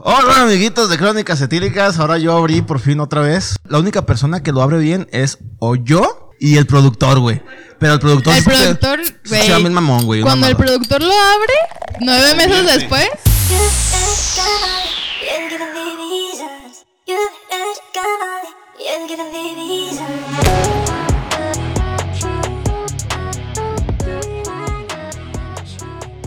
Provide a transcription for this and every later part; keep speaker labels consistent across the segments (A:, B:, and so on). A: Hola amiguitos de Crónicas Etíricas, ahora yo abrí por fin otra vez. La única persona que lo abre bien es o yo y el productor, güey. Pero el productor...
B: El
A: sí se-
B: productor,
A: Se
B: güey.
A: llama el mamón, güey. un
B: Cuando el
A: mamador.
B: productor lo abre, nueve meses después,
C: You've You've given me reasons. You've hurt God. You've given me reasons.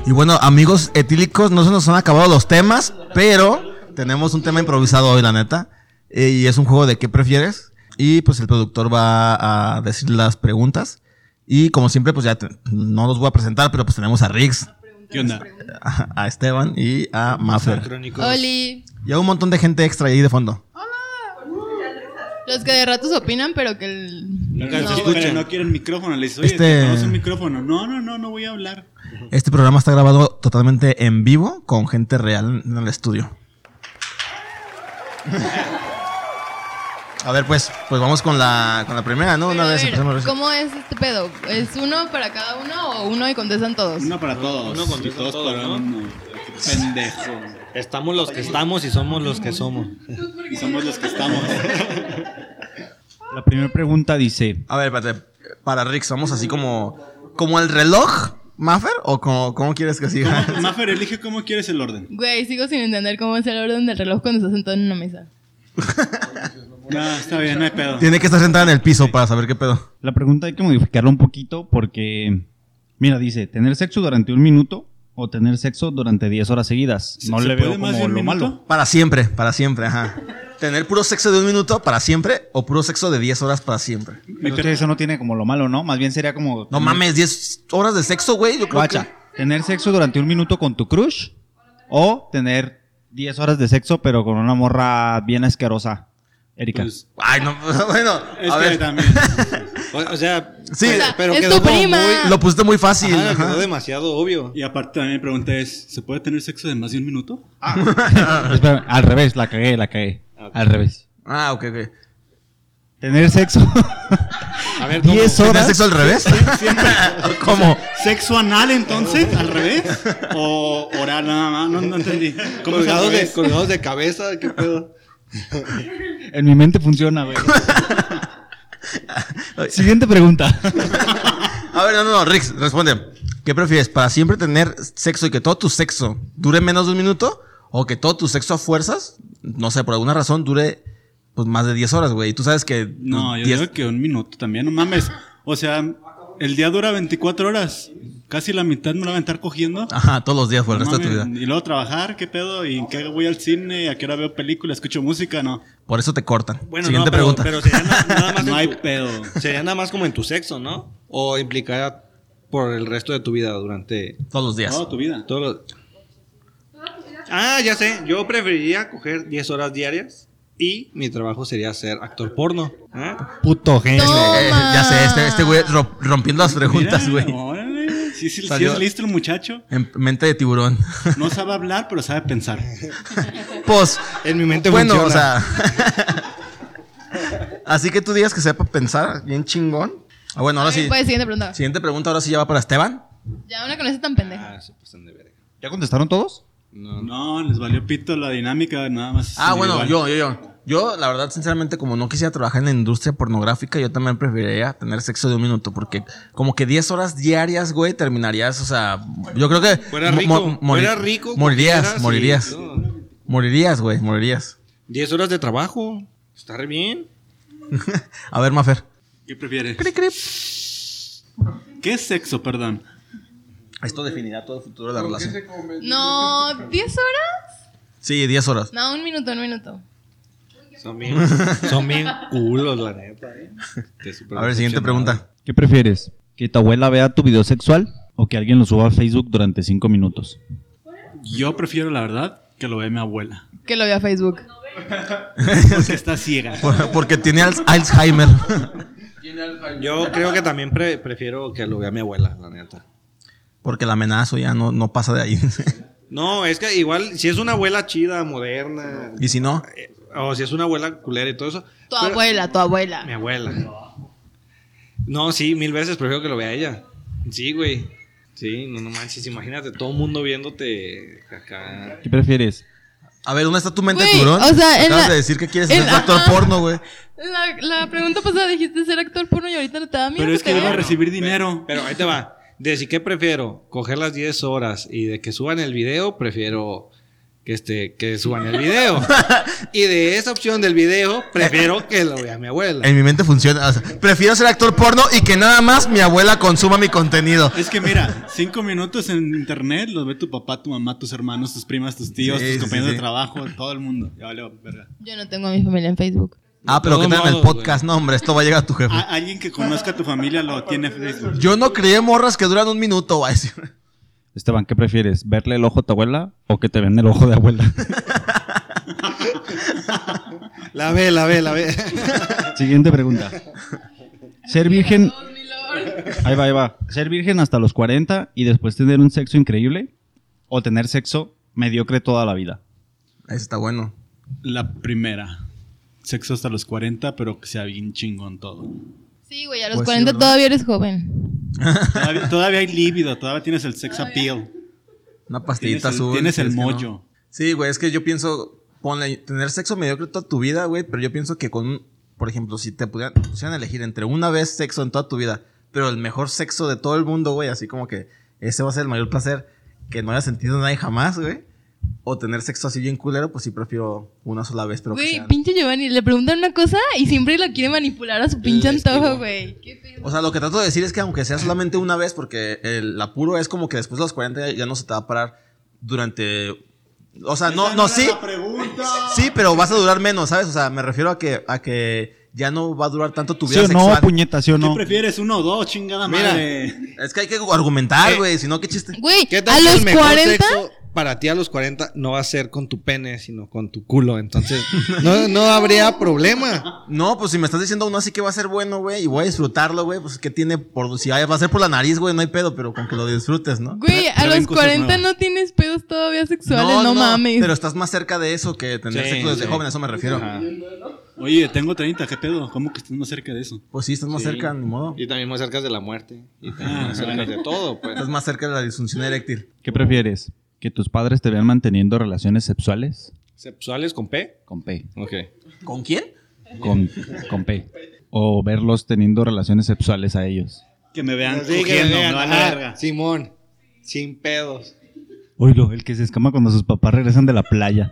A: Y bueno, amigos etílicos, no se nos han acabado los temas, pero tenemos un tema improvisado hoy, la neta. Eh, Y es un juego de qué prefieres. Y pues el productor va a decir las preguntas. Y como siempre, pues ya te- no los voy a presentar, pero pues tenemos a Riggs,
D: ¿Qué onda?
A: a a Esteban y a Maffer.
D: Crónicos.
B: Oli,
A: Y a un montón de gente extra ahí de fondo.
B: los que de ratos opinan, pero que el...
D: Nunca
B: no.
D: se escucha, no quieren micrófono. Le dices, oye,
A: Este-
D: tenemos un micrófono. No, no, no, no voy a hablar.
A: Este programa está grabado totalmente en vivo con gente real en el estudio. A ver, pues, pues vamos con la, con la primera, ¿no? Una
B: Pero a
A: vez
B: ver,
A: empezamos. Regis.
B: ¿Cómo es este pedo? ¿Es uno para cada uno o uno y contestan todos?
D: Uno para todos.
E: uno contesta
D: y todos
E: todo,
D: para
E: ¿no?
D: uno. Qué Pendejo.
E: Estamos los que estamos y somos los que somos.
D: Y somos los que estamos. La primera pregunta dice:
A: A ver, espérate, para Rick, somos así como, como el reloj, Maffer, o como, cómo quieres que siga.
D: Maffer, elige cómo quieres el orden.
B: Güey, sigo sin entender cómo es el orden del reloj cuando estás sentado en una mesa.
D: No, está bien, no hay pedo.
A: Tiene que estar sentada en el piso para saber qué pedo.
F: La pregunta hay que modificarla un poquito porque, mira, dice, tener sexo durante un minuto o tener sexo durante 10 horas seguidas.
D: ¿Se-
F: No
D: se
F: le
D: puede
F: veo
D: más de
F: como
D: un
F: lo
D: minuto?
F: malo.
A: Para siempre, para siempre, ajá. Tener puro sexo de un minuto para siempre o puro sexo de 10 horas para siempre.
D: Mi
F: Pero usted
D: per-
F: eso no tiene como lo malo, ¿no? Más bien sería como...
A: No
F: tener-
A: mames, 10 horas de sexo, güey. Yo creo
F: Guacha,
A: que-
F: tener sexo durante un minuto con tu crush o tener 10 horas de sexo pero con una morra bien asquerosa. Erika.
D: Pues,
A: Ay, no, bueno.
D: es
A: a
D: que
A: ver.
D: también.
E: O, o sea,
A: Sí,
E: pues,
A: o sea,
B: es tu
E: como
B: prima.
E: muy-
A: Lo pusiste muy fácil.
E: Ajá,
A: ajá.
E: quedó demasiado obvio.
D: Y aparte también mi pregunta es, ¿se puede tener sexo de más de un minuto? ah.
F: Espérame, al revés, la cagué, la cagué. Al revés.
A: Ah, ok, ok.
F: Tener sexo
E: A ver, ¿cómo?
F: 10
A: ¿Tener
F: horas.
A: sexo al revés?
D: Siempre.
A: ¿Cómo?
D: ¿Sexo anal entonces? ¿Al revés? ¿O oral nada más? No, no entendí. ¿Cómo es al
E: colgados, de,
A: pues.
D: revés?
E: colgados de cabeza, qué pedo.
F: En mi mente funciona, güey. Siguiente pregunta.
A: A ver, no, no, no, Rix, responde. ¿Qué prefieres? ¿Para siempre tener sexo y que todo tu sexo dure menos de un minuto? ¿O que todo tu sexo a fuerzas, no sé, por alguna razón, dure pues más de 10 horas, güey? Y tú sabes que... pues,
D: No, yo
A: 10
D: digo que un minuto también, no mames. O sea, el día dura 24 horas. Casi la mitad me la van a estar cogiendo.
A: Ajá, todos los días por Ah, pues el
D: No
A: resto de tu vida.
D: mames, Y luego trabajar, ¿qué pedo? ¿Y en qué voy al cine? ¿A qué hora veo película? ¿Escucho música? No.
A: Por eso te cortan.
E: Bueno,
A: Siguiente
E: no, pero,
A: pregunta.
E: pero sería na- nada más
D: No
E: en
D: hay
E: tu-
D: pedo.
E: Sería nada más como en tu sexo, ¿no? O implicaría por el resto de tu vida durante
A: Todos los días.
D: Toda tu vida.
E: todo lo- Ah, ya sé. Yo preferiría coger 10 horas diarias y mi trabajo sería ser actor porno. ¿Ah?
F: Puto genio.
A: Eh,
B: Toma.
A: ya sé, este este güey ro- rompiendo las preguntas,
D: Mira,
A: güey.
D: Órale. Sí, sí, sí
A: Salió-
D: es listo el muchacho.
A: En mente de tiburón.
D: No sabe hablar, pero sabe pensar.
A: Pues,
E: En mi mente
A: bueno,
E: funciona.
A: o sea. así que tú digas que sepa pensar bien chingón. Ah, bueno, ahora sí.
B: Pues siguiente pregunta.
A: Siguiente pregunta, ahora sí ya va para Esteban.
B: Ya una con esa tan pendeja.
E: Ah, se pasan de verga.
F: ¿Ya contestaron todos?
E: No, no.
D: No, les valió pito la dinámica, nada más.
A: Ah, bueno,
D: individual.
A: yo, yo, yo. Yo, la verdad, sinceramente, como no quisiera trabajar en la industria pornográfica, yo también preferiría tener sexo de un minuto, porque como que 10 horas diarias, güey, terminarías, o sea, yo creo que...
E: Fuera
A: mo-
E: rico,
A: mo- mori-
E: fuera rico.
A: Morirías,
E: cogieras y-
A: morirías.
E: no.
A: Morirías, güey, morirías.
E: 10 horas de trabajo. Está re bien.
A: A ver, Mafer.
D: ¿Qué prefieres?
A: Cri, cri.
D: ¿Qué sexo, perdón?
A: Esto definirá todo el futuro de la relación.
B: No, ¿diez horas?
A: Sí, 10 horas.
B: No, un minuto, un minuto.
E: Son bien, son bien culos, la neta. ¿eh? Te super
A: A ver, siguiente
E: decepcionaron.
A: pregunta.
F: ¿Qué prefieres? ¿Que tu abuela vea tu video sexual o que alguien lo suba a Facebook durante 5 minutos?
D: Yo prefiero, la verdad, que lo vea mi abuela.
B: Que lo vea Facebook.
D: Porque está ciega.
A: Por- Porque tiene al- Alzheimer.
E: Yo creo que también pre- prefiero que lo vea mi abuela, la neta.
A: Porque la amenazo ya no, no pasa de ahí.
E: No, es que igual, si es una abuela chida, moderna,
A: Y si no,
E: eh, o si es una abuela culera y todo eso.
B: Tu
E: pero-
B: abuela, tu
E: Mi
B: abuela.
E: abuela. No, sí, mil veces prefiero que lo vea ella. Sí, güey. Sí, no, no manches, imagínate todo el mundo viéndote acá.
F: ¿Qué prefieres?
A: A ver, ¿dónde está tu mente
B: Güey,
A: tiburón?
B: o sea, en
A: Acabas
B: la-
A: de decir que quieres
B: en
A: ser
B: la-
A: actor
B: ajá.
A: porno, güey.
B: La, la pregunta pasada dijiste ser actor porno y ahorita no te da miedo.
D: Pero es que
B: te
D: iba a
B: vean.
D: recibir dinero.
E: Pero ahí te va. De si qué prefiero, coger las 10 horas y de que suban el video, prefiero que este que suban el video. y de esa opción del video, prefiero que lo vea mi abuela.
A: En mi mente funciona. o sea, prefiero ser actor porno y que nada más mi abuela consuma mi contenido.
D: Es que mira, cinco minutos en internet los ve tu papá, tu mamá, tus hermanos, tus primas, tus tíos,
A: Sí, sí,
D: tus compañeros
A: sí.
D: de trabajo, todo el mundo. Ya valió, verga.
B: Yo no tengo a mi familia en Facebook.
A: Ah, pero
E: De
A: que
E: todos
A: tengan el
E: modos,
A: podcast. No, hombre, esto va a llegar a tu jefe.
D: A- alguien que conozca a tu familia lo tiene Facebook.
A: Yo no crié morras que duran un minuto, va a decir.
F: Esteban, ¿qué prefieres? ¿Verle el ojo a tu abuela o que te vean el ojo de abuela?
E: La ve, la ve, la ve.
F: Siguiente pregunta. Ser virgen.
B: Oh, mi lord.
F: Ahí va, ahí va. Ser virgen hasta los 40 y después tener un sexo increíble o tener sexo mediocre toda la vida.
A: Eso está bueno.
D: La primera. Sexo hasta los 40, pero que sea bien chingón todo.
B: Sí, güey, a los
A: Pues sí,
B: 40
A: ¿verdad?
B: todavía eres joven.
D: Todavía, todavía hay líbido, todavía tienes el sex appeal.
A: Una
D: Tienes
A: pastillita
D: el,
A: azul.
D: tienes
A: si
D: el
A: es que no.
D: mollo.
A: Sí, güey, es que yo pienso, ponle, tener sexo mediocre toda tu vida, güey, pero yo pienso que con, un- por ejemplo, si te pudieran, pusieran a elegir entre una vez sexo en toda tu vida, pero el mejor sexo de todo el mundo, güey, así como que ese va a ser el mayor placer que no haya sentido nadie jamás, güey, o tener sexo así bien culero, pues sí prefiero una sola vez, pero que
B: Güey,
A: sea-
B: pinche Giovanni, le preguntan una cosa y siempre la quiere manipular a su pinche antojo, güey. Qué pedo.
A: O sea, lo que trato de decir es que aunque sea solamente una vez, porque el apuro es como que después de los 40 ya no se te va a parar durante... O sea, no, no, sí, Sí, pero vas a durar menos, ¿sabes? O sea, me refiero a que, a que ya no va a durar tanto tu
F: ¿Sí
A: vida
F: o no,
A: sexual.
F: puñeta? ¿Sí o
D: ¿Qué
F: no?
D: prefieres? ¿Uno o dos? Chingada
E: Mira.
D: madre.
A: es que hay que argumentar, güey, si no, qué chiste.
B: Güey,
E: ¿Qué tal
B: a
E: si el
B: los
E: mejor
B: 40.
E: sexo para ti a los 40 no va a ser con tu pene, sino con tu culo? Entonces, no, no habría problema.
A: No, pues si me estás diciendo uno así que va a ser bueno, güey, y voy a disfrutarlo, güey, pues qué tiene por si va a ser por la nariz, güey, no hay pedo, pero con que lo disfrutes, ¿no?
B: Güey, a
D: Pero ven
B: los
D: cosas
B: 40
D: nuevas.
B: no tienes pedos todavía sexuales, no, mames.
A: Pero estás más cerca de eso que tener
E: Sí,
A: sexo desde
E: sí.
A: joven, a eso me refiero.
D: Ajá. Oye, tengo 30, ¿qué pedo? ¿Cómo que estás más cerca de eso?
A: Pues sí, estás más
E: Sí.
A: cerca, ni modo.
E: Y también más cerca de la muerte. Y también
D: Ah,
E: más cerca
D: vale.
E: de todo, pues.
A: Estás más cerca de la disfunción eréctil.
F: ¿Qué prefieres? ¿Que tus padres te vean manteniendo relaciones sexuales?
E: ¿Sexuales con P?
F: Con P.
E: Ok.
A: ¿Con quién?
F: Con, con P. O verlos teniendo relaciones sexuales a ellos.
D: Que me vean
E: Sí, que
D: cogiendo,
E: vean,
D: me vale
E: ajá,
D: verga.
E: Simón, sin pedos.
F: Oílo, el que se escama cuando sus papás regresan de la playa.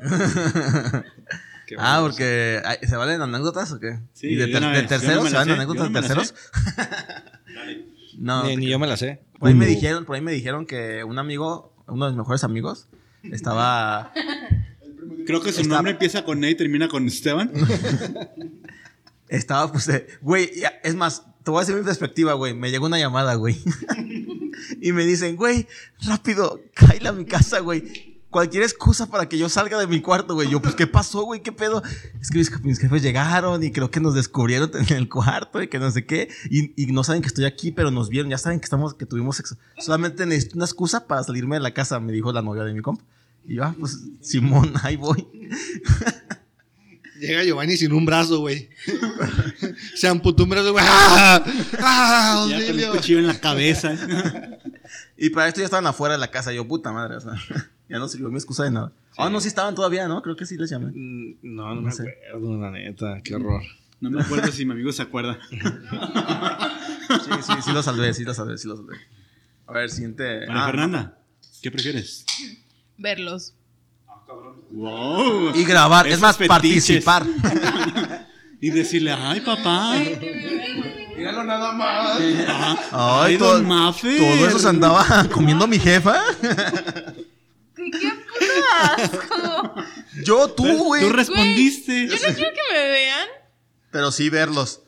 E: Qué
A: Ah,
E: bueno.
A: porque ay, se valen anécdotas o qué?
D: Sí,
A: ¿Y de,
D: de
A: ter-
D: una
A: de
D: vez. Yo no
A: terceros?
D: me
A: ¿Se
D: la
A: van
D: sé,
A: anécdotas
D: yo
A: de
D: no me la sé.
A: terceros? no,
E: ni,
A: te
E: ni yo me la sé.
A: Por ahí me
F: Uno.
A: dijeron, por ahí me dijeron que un amigo, uno de mis mejores amigos, estaba.
D: Creo que su
A: Está-
D: nombre empieza con E y termina con Esteban.
A: Estaba, pues, de- güey, ya- es más, te voy a decir mi perspectiva, güey. Me llegó una llamada, güey. y me dicen, güey, rápido, cállate a mi casa, güey. Cualquier excusa para que yo salga de mi cuarto, güey. Yo, pues, ¿qué pasó, güey? ¿Qué pedo? Es que mis, mis jefes llegaron y creo que nos descubrieron en el cuarto y que no sé qué. Y, y no saben que estoy aquí, pero nos vieron. Ya saben que estamos, que tuvimos sexo. Solamente necesito una excusa para salirme de la casa, me dijo la novia de mi compa. Y yo, ah, pues, Simón, ahí voy.
E: Llega Giovanni sin un brazo, güey. Se amputó un brazo, güey. ¡Ah! ¡Ah!
D: ya con un
E: ¡Auxilio!
D: cuchillo en la cabeza.
A: Y para esto ya estaban afuera de la casa. Yo, puta madre, o sea, ya no sirvió mi excusa de nada. Ah, no, sí estaban todavía, ¿no? Creo que sí les llamé.
E: Mm, No, no me
A: No sé.
E: acuerdo, la neta. Qué horror.
D: No me acuerdo si mi amigo se acuerda.
A: Sí, sí, sí lo salvé, sí lo salvé, sí lo salvé. A ver, siguiente.
D: María
A: Ah,
D: Fernanda, ¿qué prefieres?
B: Verlos.
D: Wow.
A: Y grabar, es
D: Esos
A: más,
D: fetiches.
A: participar.
D: Y decirle, ay, papá.
E: Míralo nada más.
D: Ah, ay,
A: todo,
D: don Mafe.
A: todo eso se andaba comiendo mi jefa.
B: ¡Qué puto asco!
A: Yo, tú, güey.
D: Tú respondiste.
B: Yo no quiero que me vean.
A: Pero sí verlos.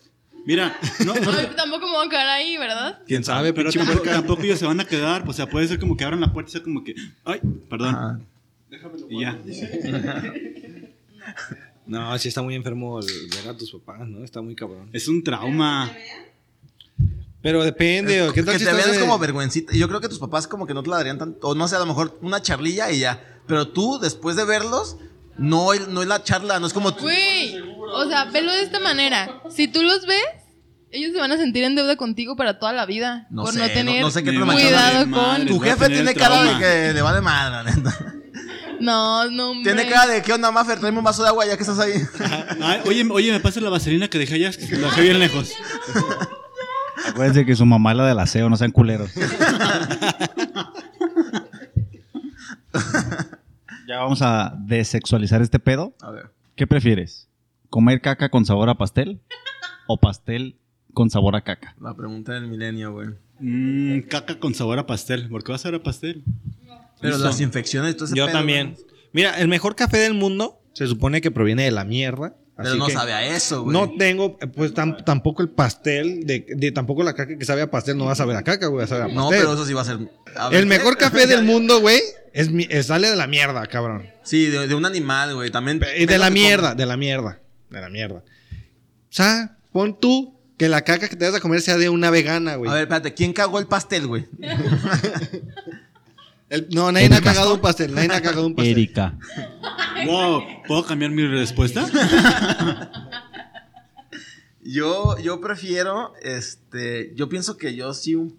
D: Mira, no, no
B: Ay, tampoco me voy a quedar ahí, ¿verdad?
E: ¿Quién sabe?
D: pero
E: pinche
D: tampoco,
E: puerca.
D: tampoco ellos se van a quedar. O sea, puede ser como que abran la puerta y sea como que, ay, perdón.
A: Ah,
D: Y ya.
E: No, sí está muy enfermo el ver a tus papás, ¿no? Está muy cabrón.
D: Es un trauma.
E: Pero depende, ¿o ¿qué tal
A: que
E: si
A: te
E: estás
A: vean es
E: de-
A: como vergüencita. Y Yo creo que tus papás como que no te la darían tanto. O no sé, a lo mejor una charlilla y ya. Pero tú, después de verlos, no, no es la charla, no es como... tú-
B: Güey, o sea, velo de esta manera. Si tú los ves, ellos se van a sentir en deuda contigo para toda la vida.
A: No
B: por
A: sé,
B: no
A: no-
B: tener
A: no sé qué
D: Me
A: te lo
D: vale
A: mancharon.
B: cuidado
E: Pues
D: madre,
B: con-
A: Tu
D: voy a
A: jefe
D: tener
A: tiene cara de
D: trauma.
A: que le vale madre, la neta.
B: No, no. hombre.
A: Tiene cara de, ¿qué onda, Maffer? Tráeme un vaso de agua ya que estás ahí.
D: Ay, oye, oye, me pasa la vaselina que dejé allá, la dejé bien lejos.
F: Acuérdense que su mamá es la del aseo, no sean culeros. ya vamos a desexualizar este pedo.
A: A ver.
F: ¿Qué prefieres? ¿Comer caca con sabor a pastel o pastel con sabor a caca?
A: La pregunta del milenio, güey.
D: Mm, caca con sabor a pastel. ¿Por qué va a saber a pastel?
A: Pero
D: Listo.
A: las infecciones, todo ese
E: Yo
A: pedo,
E: también.
A: güey.
E: Mira, el mejor café del mundo se supone que proviene de la mierda.
A: Pero
E: así
A: no
E: que
A: sabe a eso, güey.
E: No tengo, eh, pues tam- tampoco el pastel, de, de- tampoco la caca que sabe a pastel no va a saber a caca, güey, va a saber a pastel.
A: No, pero eso sí va a ser. a ver.
E: El mejor café del mundo, güey, es, mi- eh, sale de la mierda, cabrón.
A: Sí, de, de un animal, güey. También.
E: Eh, De la mierda, de la mierda, de la mierda. O sea, pon tú que la caca que te vas a comer sea de una vegana, güey.
A: A ver, espérate, ¿quién cagó el pastel, güey?
E: El- no, nadie
F: Erika.
E: ha cagado un pastel, nadie ha cagado un pastel.
F: Erika.
D: Wow, ¿puedo cambiar mi respuesta?
A: Yo, yo prefiero, este, yo pienso que yo sí un...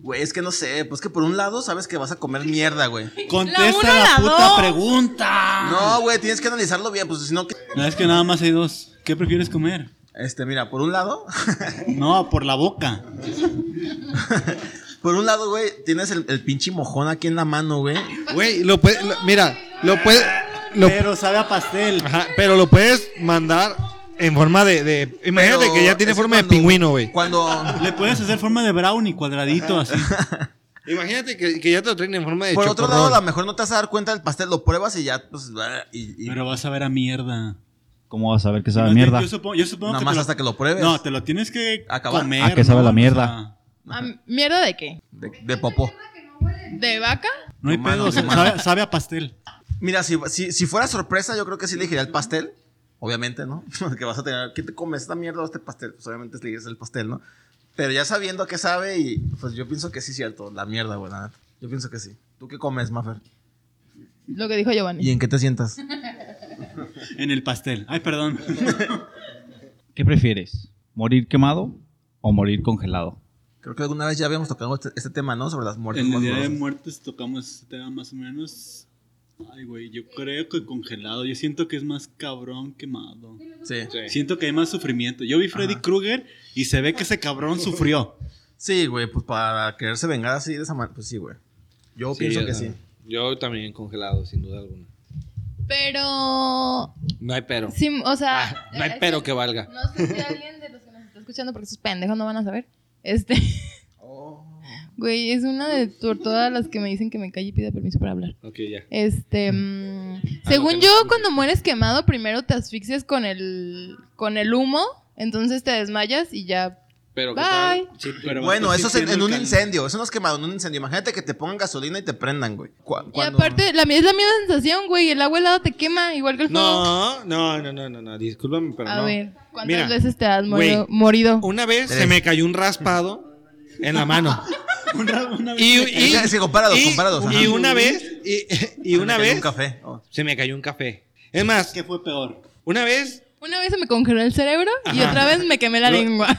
A: Güey, es que no sé, pues que por un lado sabes que vas a comer mierda, güey.
D: Contesta
B: uno,
D: la,
B: la
D: puta
B: dos.
D: pregunta.
A: No, güey, tienes que analizarlo bien, pues si no... que-
D: No, es que nada más hay dos. ¿Qué prefieres comer?
A: Este, mira, por un lado,
D: No, por la boca.
A: por un lado, güey, tienes el, el pinche mojón aquí en la mano, güey.
E: Güey, lo puedes, mira, lo puedes, lo,
D: Pero sabe a pastel.
E: ajá, pero lo puedes mandar en forma de, de- imagínate
A: Pero
E: que ya tiene
A: es que
E: forma de
A: cuando-
E: pingüino, güey.
A: Cuando...
D: Le puedes hacer forma de brownie, cuadradito, así.
E: Imagínate que, que ya te lo traen en forma de
A: Por otro lado, a
E: chocorrol.
A: lo mejor no te vas a dar cuenta del pastel, lo pruebas y ya, pues... bah, Y, y-
D: Pero vas a ver a mierda.
F: ¿Cómo vas a saber que sabe
D: No,
F: a mierda?
D: Yo supongo, yo supongo
A: Nada
D: te
A: más
D: lo-
A: hasta que lo pruebes.
D: No, te lo tienes que
A: Acabar.
D: comer.
F: ¿A qué sabe
D: ¿no?
F: la
D: O
F: mierda?
D: sea,
B: Ah, ¿Mierda de qué?
A: de, de popó.
B: ¿De vaca?
D: no hay
A: Humano,
D: pedo, o sea,
A: humano.
D: sabe, sabe a pastel.
A: Mira, si, si, si fuera sorpresa, yo creo que sí elegiría el pastel. Obviamente, ¿no? que vas a tener. ¿Qué te comes esta mierda o este pastel? Pues obviamente elegirías el pastel, ¿no? Pero ya sabiendo qué sabe, y pues yo pienso que sí, cierto. La mierda, güey, la neta. Yo pienso que sí. ¿Tú qué comes, Maffer?
B: Lo que dijo
A: ¿Y
B: Giovanni.
A: en qué te sientas?
D: En el pastel. Ay, perdón.
F: ¿Qué prefieres? ¿Morir quemado o morir congelado?
A: Creo que alguna vez ya habíamos tocado este, este tema, ¿no? Sobre las muertes.
D: En el Día de
A: dolorosas.
D: Muertos tocamos este tema más o menos. Ay, güey, yo creo que congelado. Yo siento que es más cabrón quemado.
A: Sí.
D: Siento que hay más sufrimiento. Yo vi Freddy Krueger y se ve que ese cabrón sufrió.
A: Sí, güey, pues para quererse vengar así de esa manera. Pues sí, güey. Yo pienso que sí.
E: Yo también congelado, sin duda alguna.
B: Pero.
E: No hay pero.
B: Sí, o sea.
E: Ah, no hay
B: eh,
E: pero que valga.
B: No sé si alguien de los que nos está escuchando, porque esos pendejos no van a saber. Este.
A: Oh.
B: Güey, es una de tortodas las que me dicen que me calle y pida permiso para hablar.
E: Ok, ya.
B: Este, mm,
E: Ah,
B: según
E: no, que
B: yo,
E: no escuche.
B: cuando mueres quemado, primero te asfixias con el con el humo, entonces te desmayas y ya.
E: Pero
B: ¿qué Bye.
E: Sí,
D: Pero
A: Bueno,
D: vas
A: eso es en, en
D: sintiendo
A: un
D: el cal-
A: incendio. Eso no es quemado en un incendio. Imagínate que te pongan gasolina y te prendan, güey. Cu- cuando-
B: Y aparte, la, mi- es la misma sensación, güey, el agua helada te quema igual que el fuego.
E: No, no, no, no, no, no, discúlpame, pero
B: A
E: no.
B: ver, ¿cuántas
E: Mira,
B: veces te has
E: güey,
B: morido? morido?
E: Una vez
A: Tres.
E: se me cayó un raspado en la mano.
D: Una, una vez
E: Y,
D: me-
E: y-
A: Sí, sí, comparados,
E: y-
A: comparados, ajá.
E: y una vez, y, y
A: Se me
E: una
A: cayó
E: vez,
A: Un café. Oh.
E: se me cayó un café. Es más,
D: ¿Qué fue peor?
E: una vez,
B: Una vez se me congeló el cerebro y otra vez me quemé la
E: Lo-
B: lengua.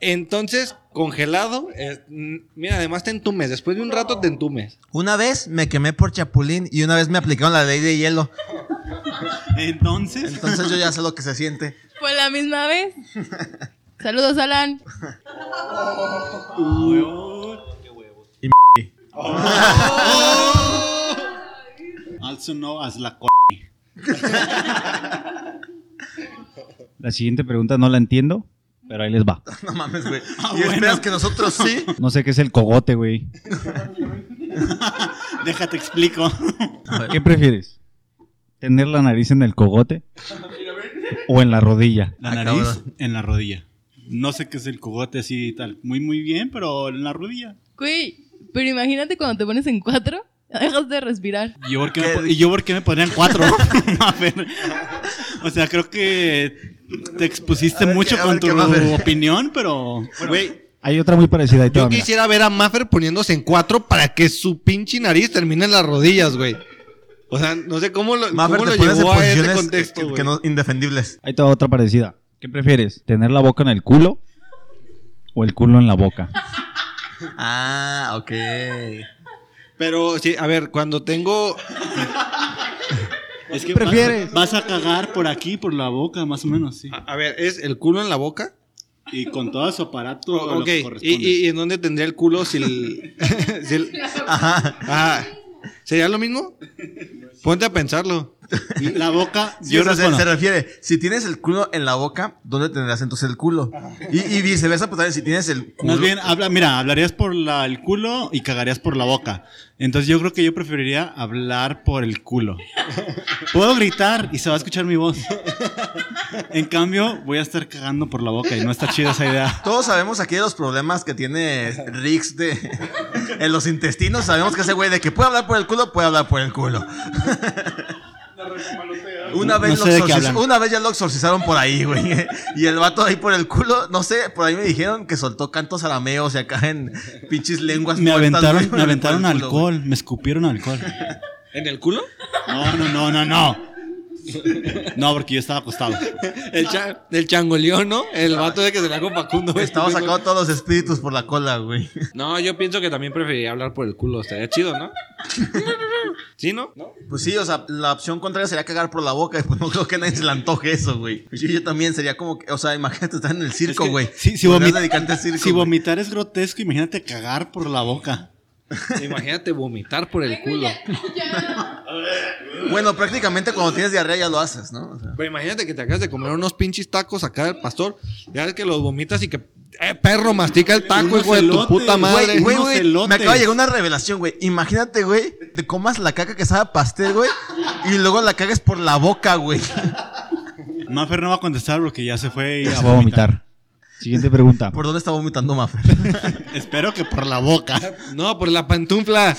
E: entonces, congelado, eh, mm, mira, además te entumes, después de un rato te entumes.
A: Una vez me quemé por chapulín y una vez me aplicaron la ley de hielo.
D: Entonces,
A: Entonces yo ya sé lo que se siente.
B: Fue la misma vez. Saludos, Alan.
A: Ah.
D: Oh. also no as la co-
F: La siguiente pregunta no la entiendo, pero ahí les va.
A: No mames, güey.
D: Ah,
A: y esperas
D: bueno.
A: que nosotros sí.
F: No sé qué es el cogote, güey.
D: Déjate explico.
F: ¿Qué prefieres? ¿Tener la nariz en el cogote o en la rodilla?
D: La
A: Ah,
D: nariz
A: cabrón.
D: en la rodilla. No sé qué es el cogote así y tal. Muy, muy bien, pero en la rodilla.
B: Güey, pero imagínate cuando te pones en cuatro, dejas de respirar.
D: ¿Y yo por qué,
A: ¿Qué?
D: me, po- y yo por qué me ponían cuatro? A ver. O sea, creo que te expusiste
A: A ver
D: mucho
A: qué- a
D: con
A: ver
D: tu
A: qué va a hacer.
D: opinión, pero.
E: Güey,
F: Hay otra muy parecida ahí te
E: yo
F: va, mira.
E: quisiera ver a Maffer poniéndose en cuatro para que su pinche nariz termine en las rodillas, güey. O sea, no sé cómo lo,
A: Maffer,
E: cómo
A: te
E: lo
A: pones en
E: llevó a ese
A: posiciones
E: contexto,
A: que,
E: güey.
A: que no, indefendibles.
F: Ahí te va otra parecida. ¿Qué prefieres? ¿Tener la boca en el culo o el culo en la boca?
A: Ah, ok.
E: Pero sí, a ver, cuando tengo.
D: Es que
F: ¿Qué prefieres?
D: Vas, vas a cagar por aquí, por la boca, más o menos, sí.
E: A, a ver, ¿es el culo en la boca?
D: Y con todo su aparato lo
E: ok.
D: que
E: ¿Y,
D: corresponde.
E: y, y en dónde tendría el culo si el. si el-
A: Ajá.
E: Ajá. ¿Sería lo mismo? Ponte a pensarlo.
D: La boca,
A: Sí,
D: yo
A: o sea, se-
D: respondo.
A: se, refiere, si tienes el culo en la boca, ¿dónde tendrás entonces el culo?
E: Ah.
A: Y, y viceversa, pues también, si tienes el culo.
D: Más bien, habla, mira, hablarías por la- el culo y cagarías por la boca. Entonces yo creo que yo preferiría hablar por el culo. Puedo gritar y se va a escuchar mi voz. En cambio, voy a estar cagando por la boca y no está chida esa idea.
A: Todos sabemos aquí de los problemas que tiene Rix de, en los intestinos. Sabemos que ese güey de que puede hablar por el culo, puede hablar por el culo. Una
D: No-
A: vez,
D: no
A: lo
D: sé de qué
A: exorciz-
D: hablan.
A: una vez ya lo exorcizaron por ahí, güey. Y el vato ahí por el culo, no sé, por ahí me dijeron que soltó cantos arameos y acá en pinches lenguas.
D: Me
A: muertas, güey,
D: aventaron,
A: por
D: me
A: el
D: aventaron
A: culo, güey.
D: alcohol, me escupieron alcohol.
E: ¿En el culo?
D: No, no, no, no, no. No, porque yo estaba acostado.
E: El, cha- el changoleón, ¿no? El vato de que se le hago Facundo.
A: Estaba sacando todos los espíritus por la cola, güey.
E: No, yo pienso que también preferiría hablar por el culo. Estaría chido, ¿no? ¿Sí, no? ¿No?
A: Pues sí, o sea, la opción contraria sería cagar por la boca. Y pues no creo que a nadie se le antoje eso, güey. Pues Yo, yo también sería como que, o sea, imagínate estar en el circo,
D: Es que
A: güey.
D: si- si
A: Podrías
D: vomita-
A: dedicarte al circo.
D: Si
A: güey.
D: vomitar es grotesco, imagínate cagar por la boca.
E: Imagínate vomitar por el culo.
A: bueno, prácticamente cuando tienes diarrea ya lo haces, ¿no? O sea,
E: Pero imagínate que te acabas de comer unos pinches tacos acá del pastor. Ya ves que los vomitas y que. ¡Eh, perro! Mastica el taco,
D: Unos
E: hijo de tu
D: elotes,
E: puta madre.
A: Güey, güey,
D: unos
A: güey, me
D: elotes.
A: acaba de llegar una revelación, güey. Imagínate, güey, te comas la caca que sabe a pastel, güey, y luego la cagas por la boca, güey.
D: Mafer no va a contestar porque ya se fue
F: Se va a vomitar. Siguiente pregunta.
A: ¿Por dónde está vomitando Maffer?
D: Espero que por la boca.
E: No, por la pantufla.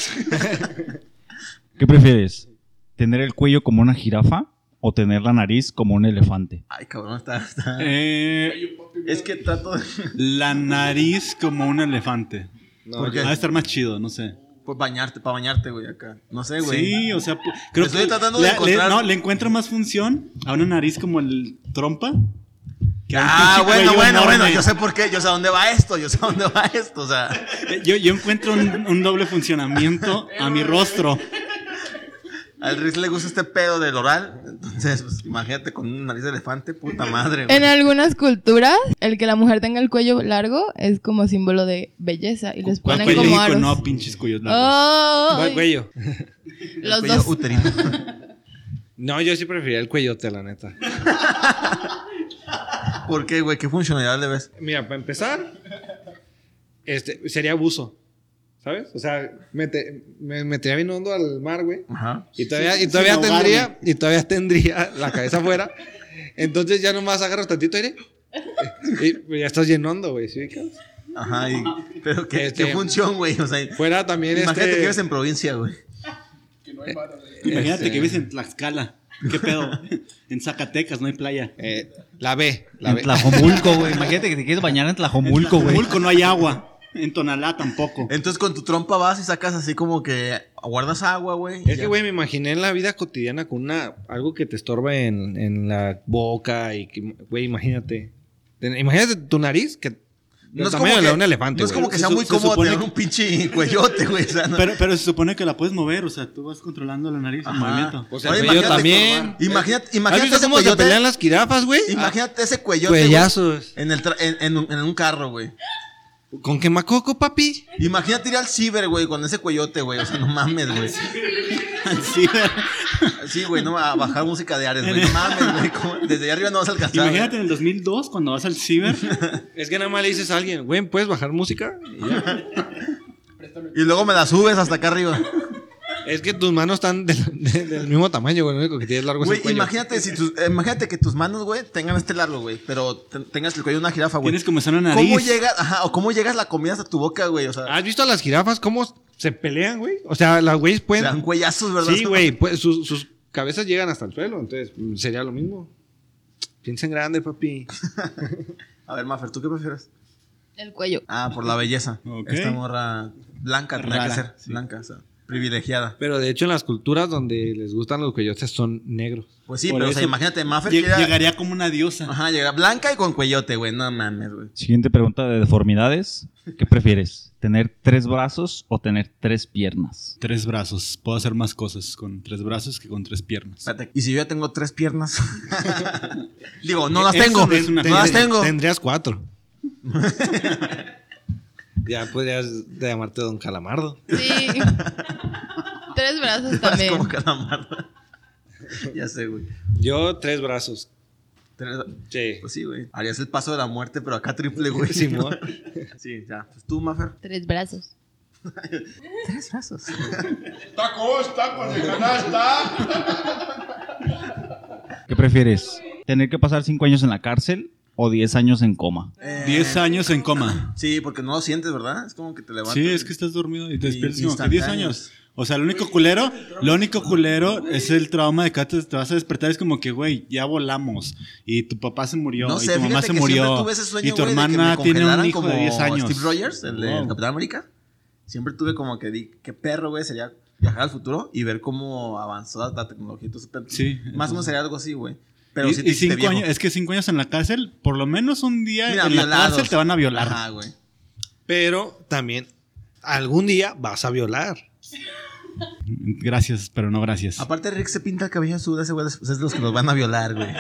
F: ¿Qué prefieres? ¿Tener el cuello como una jirafa o tener la nariz como un elefante?
A: Ay, cabrón, está, está.
D: Eh,
A: Es que trato de...
D: la nariz como un elefante.
E: No,
A: ¿Por qué?
D: Va a estar más chido, no sé.
A: Pues bañarte, para bañarte, güey, acá. No sé, güey.
D: Sí, o sea, pu- creo
A: Estoy
D: que
A: tratando de
D: le- le,
A: encontrar-
D: no, le encuentro más función a una nariz como el trompa. que a un
A: Ah,
D: pinche
A: bueno,
D: cuello
A: bueno,
D: enorme.
A: bueno, yo sé por qué, yo sé a dónde va esto, yo sé a dónde va esto, o sea,
D: Eh, Yo, yo encuentro un, un doble funcionamiento a mi rostro.
A: al Riz le gusta este pedo del oral, entonces, pues, imagínate con una nariz de elefante, puta madre, güey.
B: En algunas culturas, el que la mujer tenga el cuello largo es como símbolo de belleza y les
D: ¿Cuál
B: ponen
D: cuello?
B: como
D: Hijo,
B: aros.
D: No, pinches cuyos largos.
B: Oh,
E: Buen cuello.
A: El
B: los
A: cuello
B: dos.
A: uterino.
E: No, yo sí preferiría el cuellote, la neta.
A: ¿Por qué, güey? ¿Qué funcionalidad le ves?
E: Mira, para empezar, este, sería abuso. ¿Sabes? O sea, me, te- me metería bien hondo al mar, güey.
A: Ajá.
E: Y todavía, y
D: sin
E: todavía
D: ahogarme.
E: tendría, y todavía tendría la cabeza afuera. Entonces ya nomás agarras tantito aire. Y ya estás llenando, güey. ¿sí? ubicas?
A: Ajá, y- pero ¿qué,
E: Este-
A: qué función, güey? O sea,
E: Fuera también
A: imagínate
E: este-
A: que vives en provincia, güey.
D: Imagínate
B: Oh.
E: Este-
D: que vives en Tlaxcala. ¿Qué pedo? en Zacatecas no hay playa.
E: eh, la B, la
F: En
E: B.
F: Tlajomulco, güey. Imagínate que te quieres bañar en Tlajomulco,
D: En
F: güey.
D: Tlajomulco no hay agua. En Tonalá tampoco.
A: Entonces, con tu trompa vas y sacas así como que guardas agua, güey. y
E: Es que,
A: ya.
E: güey, me imaginé en la vida cotidiana con una, algo que te estorba en, en la boca y, que, güey, imagínate. Ten- Imagínate tu nariz que...
A: No
E: No
A: es
E: tamaño
A: como
E: de la
A: que-
E: de un elefante,
A: No es
E: güey.
A: como que
D: Se
A: sea
D: su-
A: muy
D: se
A: cómodo
D: supone
A: tener
D: que-
A: un pinche cuellote, güey. O sea, no-
D: Pero, pero se supone que la puedes mover, o sea, tú vas controlando la nariz, el
A: Ajá.
D: movimiento.
E: O sea,
A: Ahora
E: Pues el cuello
A: imagínate-
E: también.
A: Imagínate,
E: ¿Has
A: imagínate
E: visto
A: ese
E: cómo se
A: cuellote-
E: pelean las jirafas, güey? Ah,
A: Imagínate ese cuellote. güey,
E: Cuellazos.
A: En, el tra- en, en un, en un carro, güey.
E: Ah, ¿Con qué macoco, papi?
A: Imagínate ir al ciber, güey, con ese cuellote, güey. O sea, no mames, güey.
D: Sí, pero-
A: Sí, güey, no a bajar música de Ares, güey. No mames, güey. ¿cómo? Desde allá arriba no vas a alcanzar. güey.
D: Imagínate en el 2002 cuando vas al ciber.
E: Es que nada más le dices a alguien, güey, ¿puedes bajar música? Y ya.
A: Y luego me la subes hasta acá arriba.
E: es que tus manos están del, de- del mismo tamaño, güey. Lo único que tienes largo es el
A: Güey,
E: cuello.
A: imagínate, si tus- eh, imagínate que tus manos, güey, tengan este largo, güey. Pero te- tengas el cuello de una jirafa, güey.
D: Tienes como esa una nariz. Ah,
A: ¿Cómo llegas, ajá, o cómo llegas la comida hasta tu boca, güey? O sea,
E: ¿Has visto a las jirafas cómo se pelean, güey? O sea, las güeyes
A: se
E: pueden...
A: dan cuellazos, ¿verdad?
E: Sí, güey, pues sus, sus cabezas llegan hasta el suelo, entonces mm, sería lo mismo. Piensa en grande, papi.
A: A ver, Maffer, ¿tú qué prefieres?
B: El cuello.
A: Ah, por la belleza.
D: Ok.
A: Esta morra blanca tendría
D: Rara,
A: que ser.
D: sí.
A: Blanca, o sea. privilegiada.
E: Pero de hecho en las culturas donde les gustan los coyotes son negros.
A: Pues sí,
D: Por
A: pero o sea,
D: eso.
A: imagínate, Maffer
D: Lle-
A: que era-
D: Llegaría como una diosa.
A: Ajá, llegará blanca y con cuellote, güey. No mames, güey.
F: Siguiente pregunta de deformidades. ¿Qué prefieres? ¿Tener tres brazos o tener tres piernas?
D: Tres brazos. Puedo hacer más cosas con tres brazos que con tres piernas.
A: Espérate, Y si yo ya tengo tres piernas. Digo, no las
D: Eso
A: tengo.
D: no es una
A: No las
D: pierna.
A: tengo.
E: Tendrías cuatro. ya podrías llamarte Don Calamardo.
B: Sí. Tres brazos
A: Es
B: también.
A: como calamardo. ya sé, güey.
E: Yo tres brazos.
A: Tres-
E: Sí.
A: Pues sí, güey. Harías el paso de la muerte, pero acá triple, güey.
E: Simón.
A: Sí, ya. Pues tú, Maffer.
B: Tres brazos.
A: Tres brazos.
G: Tacos, tacos de canasta.
F: ¿Qué prefieres? ¿Tener que pasar cinco años en la cárcel o diez años en coma?
D: Diez años en coma.
A: Eh, Sí, porque no lo sientes, ¿verdad? Es como que te levantas.
D: Sí, es que estás dormido y te despiertas como que 10
A: instantáneos.
D: años. O sea, lo único culero, lo único culero es el trauma de que te, te vas a despertar es como que, güey, ya volamos y tu papá se murió
A: No sé,
D: y tu
A: fíjate
D: mamá se
A: que siempre
D: murió
A: tuve ese sueño,
D: y tu
A: güey, de que me
D: hermana tiene un
A: congelaran
D: hijo de
A: como
D: 10 años.
A: Steve Rogers, el de
D: Wow.
A: Capitán América. Siempre tuve como que, di, qué perro, güey, sería viajar al futuro y ver cómo avanzó la tecnología. Entonces, pero-
D: Sí.
A: Más o menos sería algo así, güey. Pero
D: y,
A: sí
D: y
A: te hiciste
D: cinco
A: viejo.
D: años, es que cinco años en la cárcel, por lo menos un día
A: Mira,
D: en la
A: violados.
D: cárcel te van a violar.
A: Ajá, güey.
E: Pero también algún día vas a violar.
D: Gracias, pero no gracias.
A: Aparte, Rick se pinta el cabello azul, ese güey es es de los que nos van a violar, güey.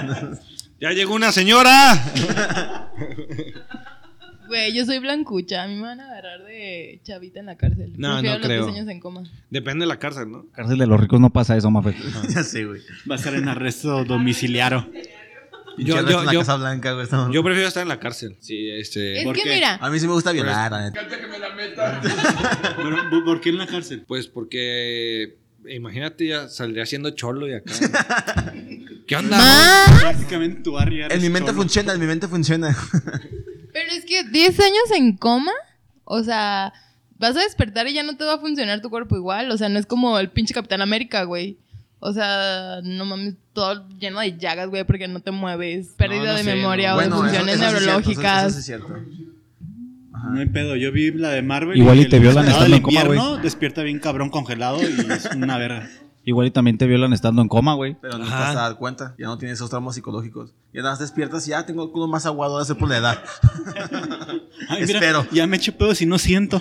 E: Ya llegó una señora.
B: Güey, yo soy blancucha. A mí me van a agarrar de chavita en la cárcel.
E: No,
B: Prefiero
E: no
B: los
E: creo.
B: 10 años en coma.
E: Depende de la cárcel, ¿no?
F: Cárcel de los ricos no pasa eso, Mafe.
A: ya sé, güey.
D: Va a ser en arresto domiciliario.
E: Yo-
A: Yo,
E: yo-
A: en la
E: yo-
A: Casa Blanca, güey. estamos-
E: Yo prefiero estar en la cárcel. Sí, este.
B: Es
D: ¿por
B: que
D: qué?
B: mira,
A: A mí sí me gusta violar, la neta.
G: Fíjate que me la meta.
D: Pero, ¿por- ¿Por qué en la cárcel?
E: Pues porque imagínate, ya saldría siendo cholo y acá. ¿Qué onda?
B: ¿Ah?
D: Prácticamente tu barrio ya
A: En
D: eres
A: mi mente
D: cholo.
A: funciona, en mi mente funciona.
B: pero es que 10 años en coma, o sea, vas a despertar y ya no te va a funcionar tu cuerpo igual. O sea, no es como el pinche Capitán América, güey. O sea, no mames, todo lleno de llagas, güey, porque no te mueves. Pérdida
E: no
B: de
E: sé,
B: memoria
E: no.
B: o de
E: Bueno, eso-
B: funciones
A: sí es cierto, eso-
B: neurológicas.
A: eso sí es cierto.
D: No hay pedo, yo vi la de Marvel.
F: Igual y
D: que
F: te
D: el
F: violan
D: soldado
F: estando
D: del
F: en coma, güey.
D: invierno Despierta bien cabrón congelado y es una verga.
F: Igual y también te violan estando en coma, güey.
A: Pero no te vas a dar cuenta, ya no tienes esos traumas psicológicos. Ya nada más despiertas y ya tengo el culo más aguado de ser por la edad.
D: Ay, mira,
A: Espero.
D: Ya me eché pedo si no siento.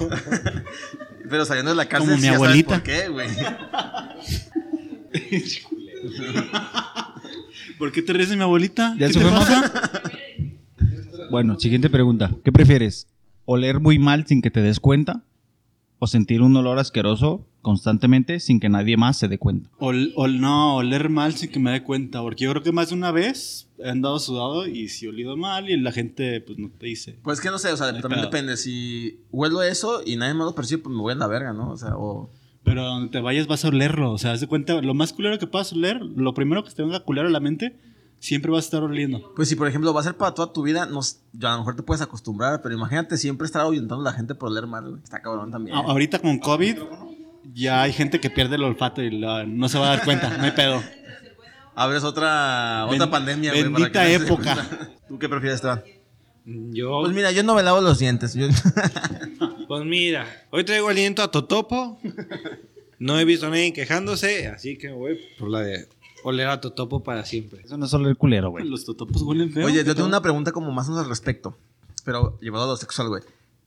A: Pero saliendo de la cárcel,
D: Como mi
A: sí ya sabes
D: abuelita.
A: ¿Por qué, güey?
D: ¿Por qué te ríes de mi abuelita?
F: ¿Ya
D: ¿Qué
F: se
D: te
F: fue,
D: pasa?
F: Bueno, siguiente pregunta. ¿Qué prefieres? ¿Oler muy mal sin que te des cuenta? ¿O sentir un olor asqueroso constantemente sin que nadie más se dé cuenta?
D: Ol- ol- no, oler mal sin que me dé cuenta. Porque yo creo que más de una vez he andado sudado y si he olido mal y la gente pues no te dice.
A: Pues que no sé, o sea, también
D: pedo.
A: depende. Si huelo eso y nadie más lo percibe, pues me voy a la verga, ¿no? O sea, o...
D: Pero a donde te vayas vas a olerlo. O sea, haz de cuenta, lo más culero que puedas oler, lo primero que te venga culero a la mente, siempre vas a estar oliendo.
A: Pues si, por ejemplo, va a ser para toda tu vida, no, s- ya a lo mejor te puedes acostumbrar, pero imagínate siempre estar ahuyentando a la gente por oler mal, güey. Está cabrón también.
D: A- ahorita con COVID ya hay gente que pierde el olfato y la- no se va a dar cuenta, no hay pedo.
A: Abres otra, otra
D: Ben-
A: pandemia, güey. para
D: bendita
A: que nadie se dé
D: época.
A: cuenta. ¿Tú qué prefieres, Esteban?
E: Yo,
A: Pues mira, yo no me lavo los dientes. Yo...
E: pues mira, hoy traigo aliento a Totopo. No he visto a nadie quejándose, así que me voy por la de oler a Totopo para siempre.
F: Eso no es oler culero, güey.
D: Los totopos huelen feo.
A: Oye, yo tengo una pregunta como más o menos al respecto, pero llevado a lo sexual, güey.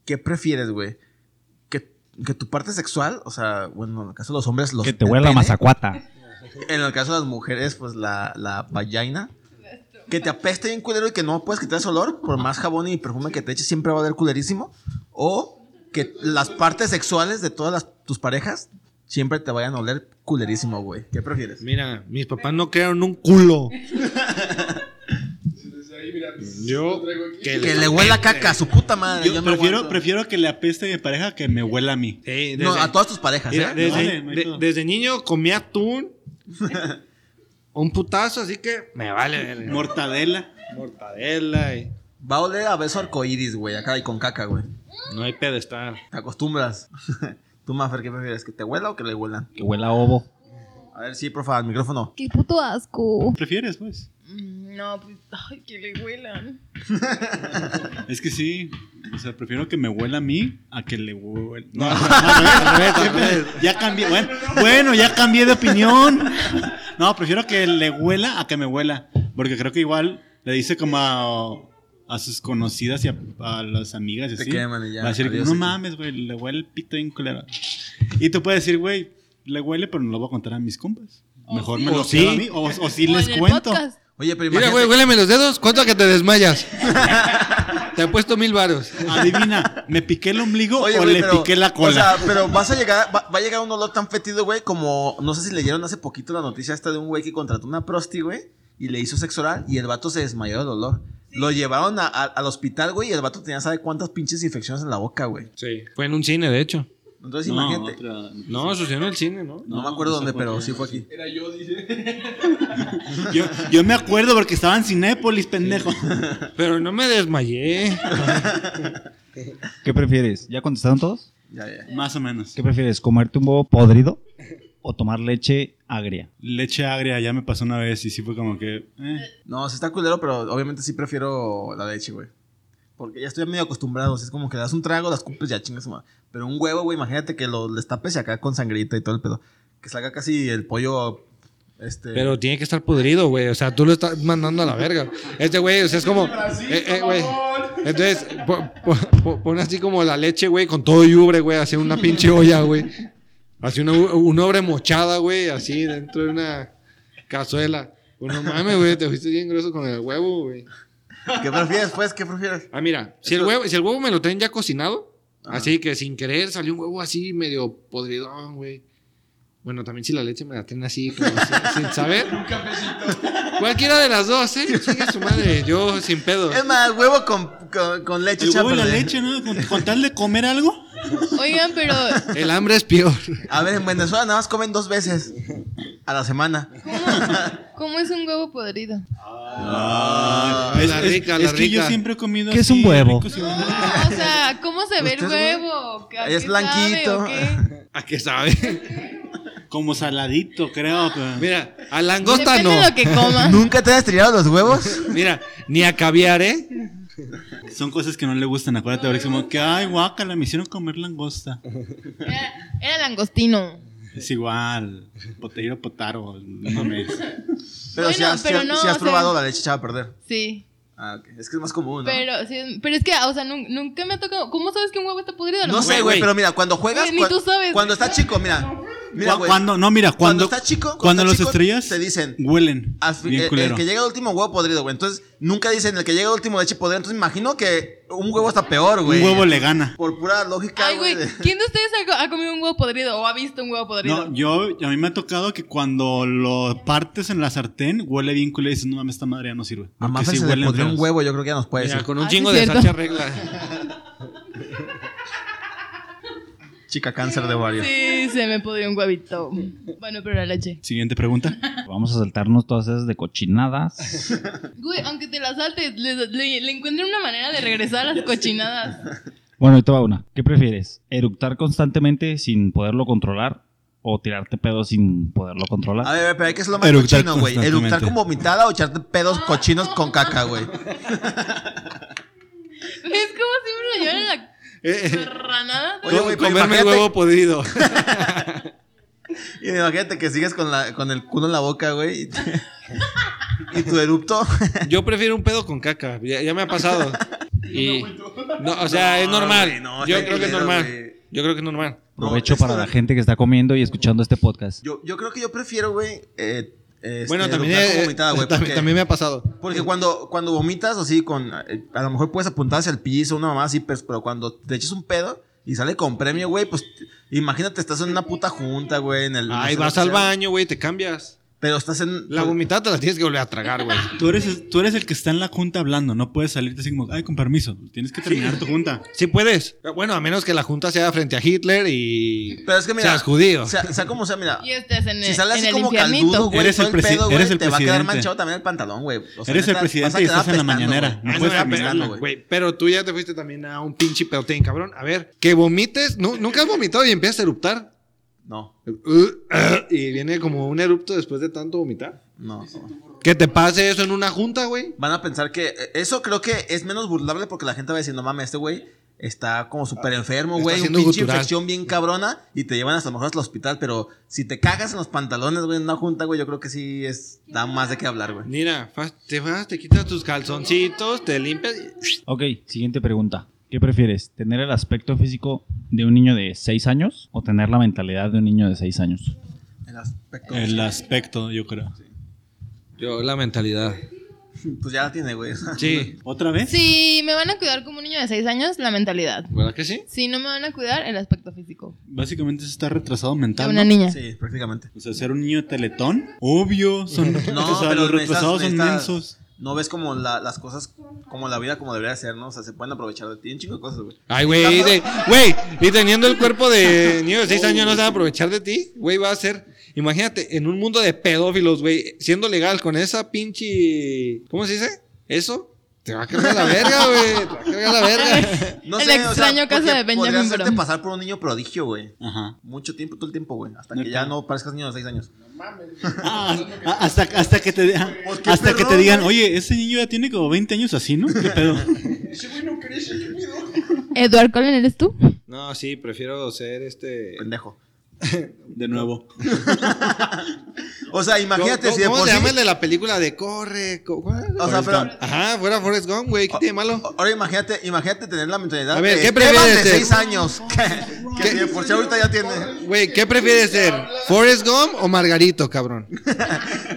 A: ¿Qué prefieres, güey? ¿Que, que tu parte sexual, o sea, bueno, en el caso de los hombres, los.
F: Que te
A: el
F: huela
A: pene,
F: mazacuata.
A: En el caso de las mujeres, pues la, la vagina. Que te apeste bien culero y que no puedes quitar ese olor, por más jabón y perfume que te eches, siempre va a oler culerísimo. O que las partes sexuales de todas las- tus parejas siempre te vayan a oler culerísimo, güey. ¿Qué prefieres?
E: Mira, mis papás no crearon un culo.
G: Desde ahí, mira.
E: Yo,
G: lo traigo aquí.
E: que
A: Que le huela caca a su puta madre.
D: Yo
A: yo me
D: prefiero,
A: aguanto.
D: prefiero que le apeste a mi pareja que me huela a mí.
E: Sí, desde,
A: No, a todas tus parejas,
E: mira,
A: ¿eh?
E: desde,
D: Vale, no hay
E: de-
D: pedo.
E: desde niño comía atún. Un putazo, así que me vale. verga.
D: Mortadela.
E: Mortadela. y-
A: Va a oler a beso arcoíris, güey, acá y con caca, güey.
E: No hay pedestal.
A: Te acostumbras. Tú, Maffer, ¿qué prefieres? ¿Que te huela o que le huelan?
F: Que huela a ovo.
A: A ver, sí, porfa, al micrófono.
B: Qué puto asco.
D: ¿Prefieres, pues?
B: Mm, No, pues, ay, que le huelan.
D: Es que sí. O sea, prefiero que me huela a mí a que le huela. No, al revés, al revés, al revés. Ya cambié. Bueno, bueno, ya cambié de opinión. No, prefiero que le huela a que me huela. Porque creo que igual le dice como a, a sus conocidas y a, a las amigas y
A: Te
D: así.
A: queman y ya,
D: Va a decir,
A: adiós,
D: no
A: aquí".
D: mames, güey, le huele el pito en culero. Y tú puedes decir, güey, le huele, pero no lo voy a contar a mis compas.
B: O
D: Mejor
B: sí.
D: me lo
E: O sí.
D: quedo a mí. O, o sí
B: Como
D: les
B: en el
D: cuento.
B: podcast.
A: Oye, pero
E: Mira,
A: imagínate-
E: güey, huéleme los dedos. ¿Cuánto que te desmayas? te he puesto mil varos.
D: Adivina, ¿me piqué el ombligo
A: Oye,
D: o
A: güey,
D: le
A: pero-
D: piqué la cola?
A: O sea, pero vas a llegar, va, va a llegar un olor tan fétido, güey, como no sé si leyeron hace poquito la noticia esta de un güey que contrató una prosti, güey, y le hizo sexo oral y el vato se desmayó del olor. Lo llevaron a- a- al hospital, güey, y el vato tenía sabe cuántas pinches infecciones en la boca, güey.
E: Sí. Fue en un cine, de hecho.
A: Entonces,
D: No,
A: pues, imagínate.
D: otra.
E: No, sucedió en el cine, ¿no?
A: No,
D: No,
A: me acuerdo
D: esa
A: dónde,
D: fue
A: pero
D: otra.
A: sí fue aquí.
G: Era yo, dice.
D: Yo, yo me acuerdo porque estaba en Cinépolis, pendejo.
E: Pero no me desmayé.
F: ¿Qué prefieres? ¿Ya contestaron todos?
A: Ya, ya.
D: Más o menos.
F: ¿Qué prefieres? ¿Comerte un huevo podrido o tomar leche agria?
D: Leche agria ya me pasó una vez y sí fue como que. eh.
A: No, sí está culero, pero obviamente sí prefiero la leche, güey. Porque ya estoy medio acostumbrado. así es como que le das un trago, las cupes ya chingas, madre. Pero un huevo, güey, imagínate que lo destapes y acá con sangrita y todo el pedo. Que salga casi el pollo. Este.
E: Pero tiene que estar podrido, güey. O sea, tú lo estás mandando a la verga. Este güey, o sea, es como. eh, eh, güey. Entonces, po- po- po- pon así como la leche, güey, con todo yubre, güey, así en una pinche olla, güey. Así una, una obra mochada, güey, así dentro de una cazuela. Pues no mames, güey, te fuiste bien grueso con el huevo, güey.
A: ¿Qué prefieres, pues? ¿Qué prefieres?
E: Ah, mira, si el, huevo, si el huevo me lo traen ya cocinado, así que sin querer salió un huevo así medio podridón, güey. Bueno, también si la leche me la traen así, como sin, sin saber. Cualquiera de las dos, ¿eh? Chingue su madre, yo sin pedo.
A: Es más, huevo con, con, con leche,
D: El huevo y
A: chapa,
D: la
A: de-
D: leche, ¿no? Con, con tal de comer algo.
B: Oigan, pero
E: El hambre es peor.
A: A ver, en Venezuela nada más comen dos veces a la semana.
B: ¿cómo es un huevo podrido?
A: Ah,
D: Ah, es
E: la
D: es-
E: rica, la
D: es que yo
E: rica.
D: siempre he comido.
F: ¿Qué es
D: así,
F: un huevo?
D: rico, sin-
B: No, o sea, ¿cómo se ve el
A: ¿Usted, güey?
B: huevo? ¿A
A: Es
B: qué sabe
A: blanquito.
B: o qué?
E: ¿A qué sabe?
D: Como saladito, creo. pero-
E: Mira, a langosta
B: Depende
E: no.
B: de lo que coma.
A: ¿Nunca te has estrellado los huevos?
E: Mira, ni a caviar, ¿eh?
D: Son cosas que no le gustan. Acuérdate, ahora es como que, ay, guácala, me hicieron comer langosta.
B: Era, era langostino.
D: Es igual. Poteiro, potaro. No mames.
A: Pero si
B: Bueno,
A: has, si
B: pero
A: has-
B: no,
A: si has
B: o sea-
A: probado la leche echada a perder.
B: Sí.
A: Ah, ok. Es que es más común, ¿no?
B: Pero, sí, pero es que, o sea, nun- nunca me ha tocado. ¿Cómo sabes que un huevo está podrido? A lo
A: No
B: mejor-
A: sé, güey, pero mira, cuando juegas.
B: Güey, ni
A: cua-
B: tú sabes,
A: Cuando
B: güey.
A: estás chico, mira. Mira,
D: Cu-
A: güey.
D: cuando, no, mira,
A: cuando
D: cuando.
A: estás chico, cuando
D: Cuando
A: estás
D: los
A: chico,
D: estrellas.
A: te dicen,
D: Huelen.
A: al fi-
D: bien
A: el, el
D: culero.
A: que llega al último huevo podrido, güey. Entonces, nunca dicen el que llega al último leche podrida. Entonces, imagino que un huevo está peor, güey.
D: Un huevo le gana.
A: Por pura lógica,
B: Ay,
A: güey.
B: güey.
A: de-
B: ¿Quién de ustedes ha, co- ha comido un huevo podrido o ha visto un huevo podrido?
D: No, yo, a mí me ha tocado que cuando lo partes en la sartén, huele bien culero y dices, no mames, esta madre ya no sirve.
A: A
D: Porque
A: Maffer
D: sí
A: se le
D: huelen
A: podrió un
D: feos.
A: huevo, yo creo que ya nos puede
E: Mira,
A: decir.
E: con un
B: Ah, sí,
E: chingo de
B: cierto.
E: salsa regla.
A: Chica cáncer de ovario.
B: Sí, se me podrió un huevito. Bueno, pero la leche.
D: Siguiente pregunta.
F: Vamos a saltarnos todas esas de cochinadas.
B: Güey, aunque te la saltes, le, le- le encuentren una manera de regresar a las cochinadas.
F: Bueno, ahí te va una. ¿Qué prefieres? ¿Eructar constantemente sin poderlo controlar o tirarte pedo sin poderlo
A: A
F: controlar?
A: ver, pero hay que es lo más
D: Eructar
A: cochino, güey.
D: constantemente.
A: Eructar con vomitada o echarte pedos cochinos con caca, güey.
B: Es como siempre lo llevan en la ranada.
A: Oye, güey, pero
E: eh, Comerme
A: imagínate-
E: huevo podrido.
A: Y imagínate que sigues con, la, con el culo en la boca, güey. Y, te- y tu erupto.
E: Yo prefiero un pedo con caca, ya, ya me ha pasado. Y, no, o sea,
A: No,
E: es normal.
A: güey, no,
E: Yo
A: está
E: creo que es
A: culero,
E: normal.
A: güey.
E: Yo creo que es normal.
F: Aprovecho
A: No, esto
F: para
A: de-
F: la gente que está comiendo y escuchando este podcast.
A: Yo, yo creo que yo prefiero, güey. eh, este,
E: bueno, también,
A: eructar con
E: eh,
A: vomitada, güey.
E: también,
A: porque-
E: también me ha pasado.
A: Porque cuando, cuando vomitas así con... eh, A lo mejor puedes apuntar hacia el piso, una mamá así, pero, pero cuando te eches un pedo y sale con premio, güey, pues t- imagínate, estás en una puta junta, güey, en el...
E: Ay,
A: no sé, lo
E: vas
A: que
E: al
A: sea,
E: baño, güey, te cambias.
A: Pero estás en...
E: La vomitada te la tienes que volver a tragar, güey.
D: Tú eres, tú eres el que está en la junta hablando, no puedes salirte así como, ay, con permiso, tienes que terminar tu junta.
E: Sí puedes. Eh, Bueno, a menos que la junta sea frente a Hitler y
A: Pero es que mira...
E: seas judío.
A: Sea, sea como sea, mira...
B: Y estás en el,
A: Si sale
B: en
A: así
B: el
A: como
B: infiernito.
A: caldudo, güey,
D: Eres
A: todo
D: el
A: el
D: presi-
A: pedo, güey,
D: eres el
A: te va a quedar
D: presidente.
A: manchado también el pantalón, güey. O sea,
D: Eres el
A: neta,
D: presidente
A: vas a
D: y
A: quedar
D: estás en la
A: apestando,
D: mañanera.
A: güey.
D: No
E: Ah,
D: puedes
E: era
D: caminar,
E: verano,
D: güey.
E: güey. Pero tú ya te fuiste también a un pinche peotín, cabrón. A ver, que vomites. No, nunca has vomitado y empiezas a eruptar.
A: No.
E: Uh, uh, y viene como un erupto después de tanto vomitar.
A: No.
E: Que te pase eso en una junta, güey.
A: Van a pensar que eh, eso creo que es menos burlable porque la gente va diciendo, mames, este güey está como súper enfermo,
E: Está
A: güey, una
E: haciendo
A: pinche
E: gutural.
A: infección bien cabrona y te llevan hasta a lo mejor hasta el hospital, pero si te cagas en los pantalones, güey, en una junta, güey, yo creo que sí es da más de qué hablar, güey.
E: Mira, fas- te vas, te quitas tus calzoncitos, te limpias. y-
F: Ok, siguiente pregunta. ¿Qué prefieres? ¿Tener el aspecto físico de un niño de 6 años o tener la mentalidad de un niño de 6 años?
A: El aspecto.
D: El aspecto, yo creo.
E: Yo, la mentalidad.
A: Pues ya la tiene, güey.
E: Sí.
D: ¿Otra vez?
B: Si me van a cuidar como un niño de 6 años, la mentalidad.
E: ¿Verdad que sí?
B: Si no me van a cuidar, el aspecto físico.
D: Básicamente es estar retrasado
B: De
D: mental.
B: una
D: ¿no?
B: niña.
A: Sí, prácticamente.
D: O sea, ser un niño de teletón. Obvio, son
A: No,
D: retrasados.
A: pero
D: los retrasados son
A: necesitas-
D: mensos.
A: No ves como la- las cosas, como la vida como debería ser, ¿no? O sea, se pueden aprovechar de ti un chingo de cosas, güey.
E: Ay, güey, de- güey, y teniendo el cuerpo de niño de 6 años no se va a aprovechar de ti, güey, va a ser, imagínate, en un mundo de pedófilos, güey, siendo legal con esa pinche, ¿cómo se dice? Eso, te va a cargar la verga, güey, te va a cargar la verga.
A: No
B: El extraño caso
A: porque
B: de Benjamin
A: podría hacerte
B: Button.
A: pasar por un niño prodigio, güey.
D: Ajá.
A: Mucho tiempo, todo el tiempo, güey. Hasta que
D: Neta.
A: ya no parezcas niño de 6 años.
D: Ah, ah, hasta, hasta que te, de- ah,
A: ¿Por qué,
D: hasta que te
A: perdón,
D: digan,
A: güey?
D: oye, ese niño ya tiene como 20 años así, ¿no? ¿Qué pedo?
G: Ese güey no crece, qué miedo.
B: Eduard Colin, ¿eres tú?
E: No, sí, prefiero ser este...
A: Pendejo.
D: De nuevo.
A: O sea, imagínate
E: ¿Cómo,
A: si de
E: cómo
A: por
E: se
A: sí-
E: llama el de la película de Corre? Co- ¿cuál?
A: O sea,
D: Forrest
A: pero.
E: Ajá, fuera Forrest Gump, güey, ¿qué tiene de malo?
A: Ahora imagínate, imagínate tener la mentalidad
E: A ver,
A: de
E: ¿qué este?
A: Esteban
E: prefieres
A: de
E: ser?
A: 6 años. Que, que si de por sí ahorita ya tiene.
E: Güey, ¿qué prefieres ser? ¿Forrest Gump o Margarito, cabrón?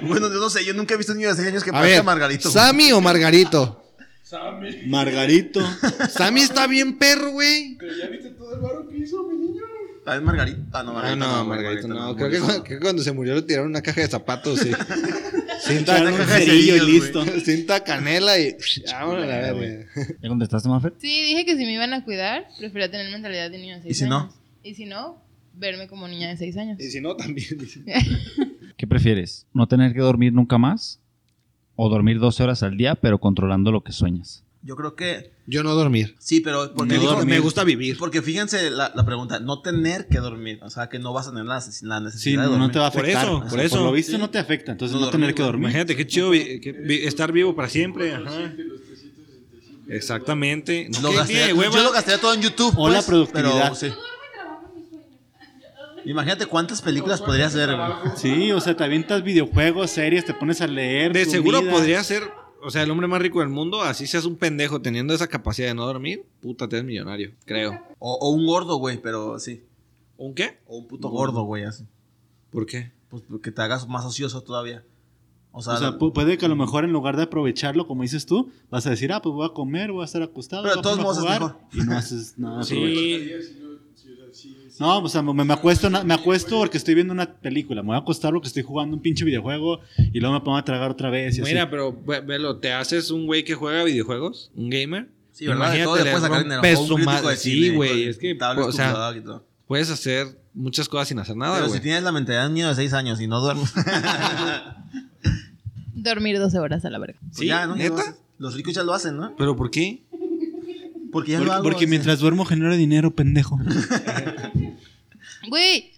A: Bueno, yo no sé, yo nunca he visto un niño de 6 años que
E: A
A: parezca
E: ver,
A: Margarito. güey.
E: ¿Sammy o Margarito?
D: Margarito.
E: Sammy está bien perro, güey.
G: Pero ya viste todo el barro que hizo mi niño.
A: Ah, es Margarito. Ah, no,
E: Ah,
A: Margarito.
E: no,
A: güey,
E: Margarito, no. Creo
A: Margarito
E: que,
A: no.
E: cuando, creo que cuando se murió le tiraron una caja de zapatos, sí. Cinta,
D: Echaron un
A: caja de
D: cerillo y
A: cerillos,
D: listo.
E: cinta canela y. Vámonos a la verga.
F: ¿Ya contestaste, Mafer?
B: Sí, dije que si me iban a cuidar, prefería tener mentalidad de niño de 6 años.
A: si no?
B: Y si no, verme como niña de 6 años.
E: Y si no, también. dice.
F: ¿Qué prefieres? ¿No tener que dormir nunca más? ¿O dormir 12 horas al día pero controlando lo que sueñas?
A: Yo creo que.
E: Yo no dormir.
A: Sí, pero. Porque
D: No
A: dijo-
D: dormir.
E: Me gusta
A: Y
E: vivir.
A: Porque fíjense la, la pregunta, no tener que dormir, o sea, que no vas a tener la, neces- la
D: Sí,
A: necesidad de
D: no,
A: dormir.
D: no te va a
E: Por
D: afectar.
E: eso,
D: O sea,
E: por eso.
D: lo visto no te afecta, entonces
A: No
D: no, tener
A: dormir,
D: que
A: güey.
D: dormir.
E: Imagínate qué chido vi- que vi- estar vivo para siempre. Ajá. Exactamente. No,
A: Lo
E: ¿qué
A: gastaría-
E: tiene, hueva?
A: yo lo gastaría todo en YouTube.
D: O la
A: pues,
D: productividad.
A: Pero, sí. Imagínate cuántas películas podrías ver, güey.
D: Sí, o sea, te avientas videojuegos, series, te pones a leer.
E: De
D: tu
E: seguro
D: vida.
E: podría ser. O sea, el hombre más rico del mundo, así seas un pendejo teniendo esa capacidad de no dormir, puta, te eres millonario, creo.
A: O, o un gordo, güey, pero sí.
E: ¿Un qué?
A: O un puto gordo, güey, así.
E: ¿Por qué?
A: Pues que te hagas más ocioso todavía. O sea,
D: O sea, pu- puede que a lo mejor en lugar de aprovecharlo, como dices tú, vas a decir, ah, pues voy a comer, voy a estar acostado.
A: Pero de
D: voy a
A: todos
D: ponerme a
A: modos es
D: jugar", Y no haces nada. aprovecha.
E: Sí.
D: No, o sea, me, me acuesto, na- me acuesto porque estoy viendo una película. Me voy a acostar porque estoy jugando un pinche videojuego y luego me pongo a tragar otra vez. Y así.
E: Mira, pero ve- velo, te haces un güey que juega videojuegos, un gamer.
A: sí, ¿verdad? De todo le puedes sacar dinero.
E: rompes
A: O un
E: su
A: crítico
E: madre.
A: de
E: Sí,
A: cine,
E: güey, es que,
A: tablas,
E: o
A: tu
E: sea,
A: blog y todo.
E: puedes hacer muchas cosas sin hacer nada,
A: Pero si
E: güey.
A: tienes la mentalidad de un niño de 6 años y no duermes. pues
B: Dormir 12 horas a la verga.
A: Pues ya, ¿no? Ya lo
E: ¿Neta?
A: haces. Los ricos ya lo hacen, ¿no?
E: ¿Pero por qué?
A: Porque ya
D: porque,
A: lo hago,
D: porque
A: así.
D: mientras duermo genero dinero, pendejo.
B: Güey,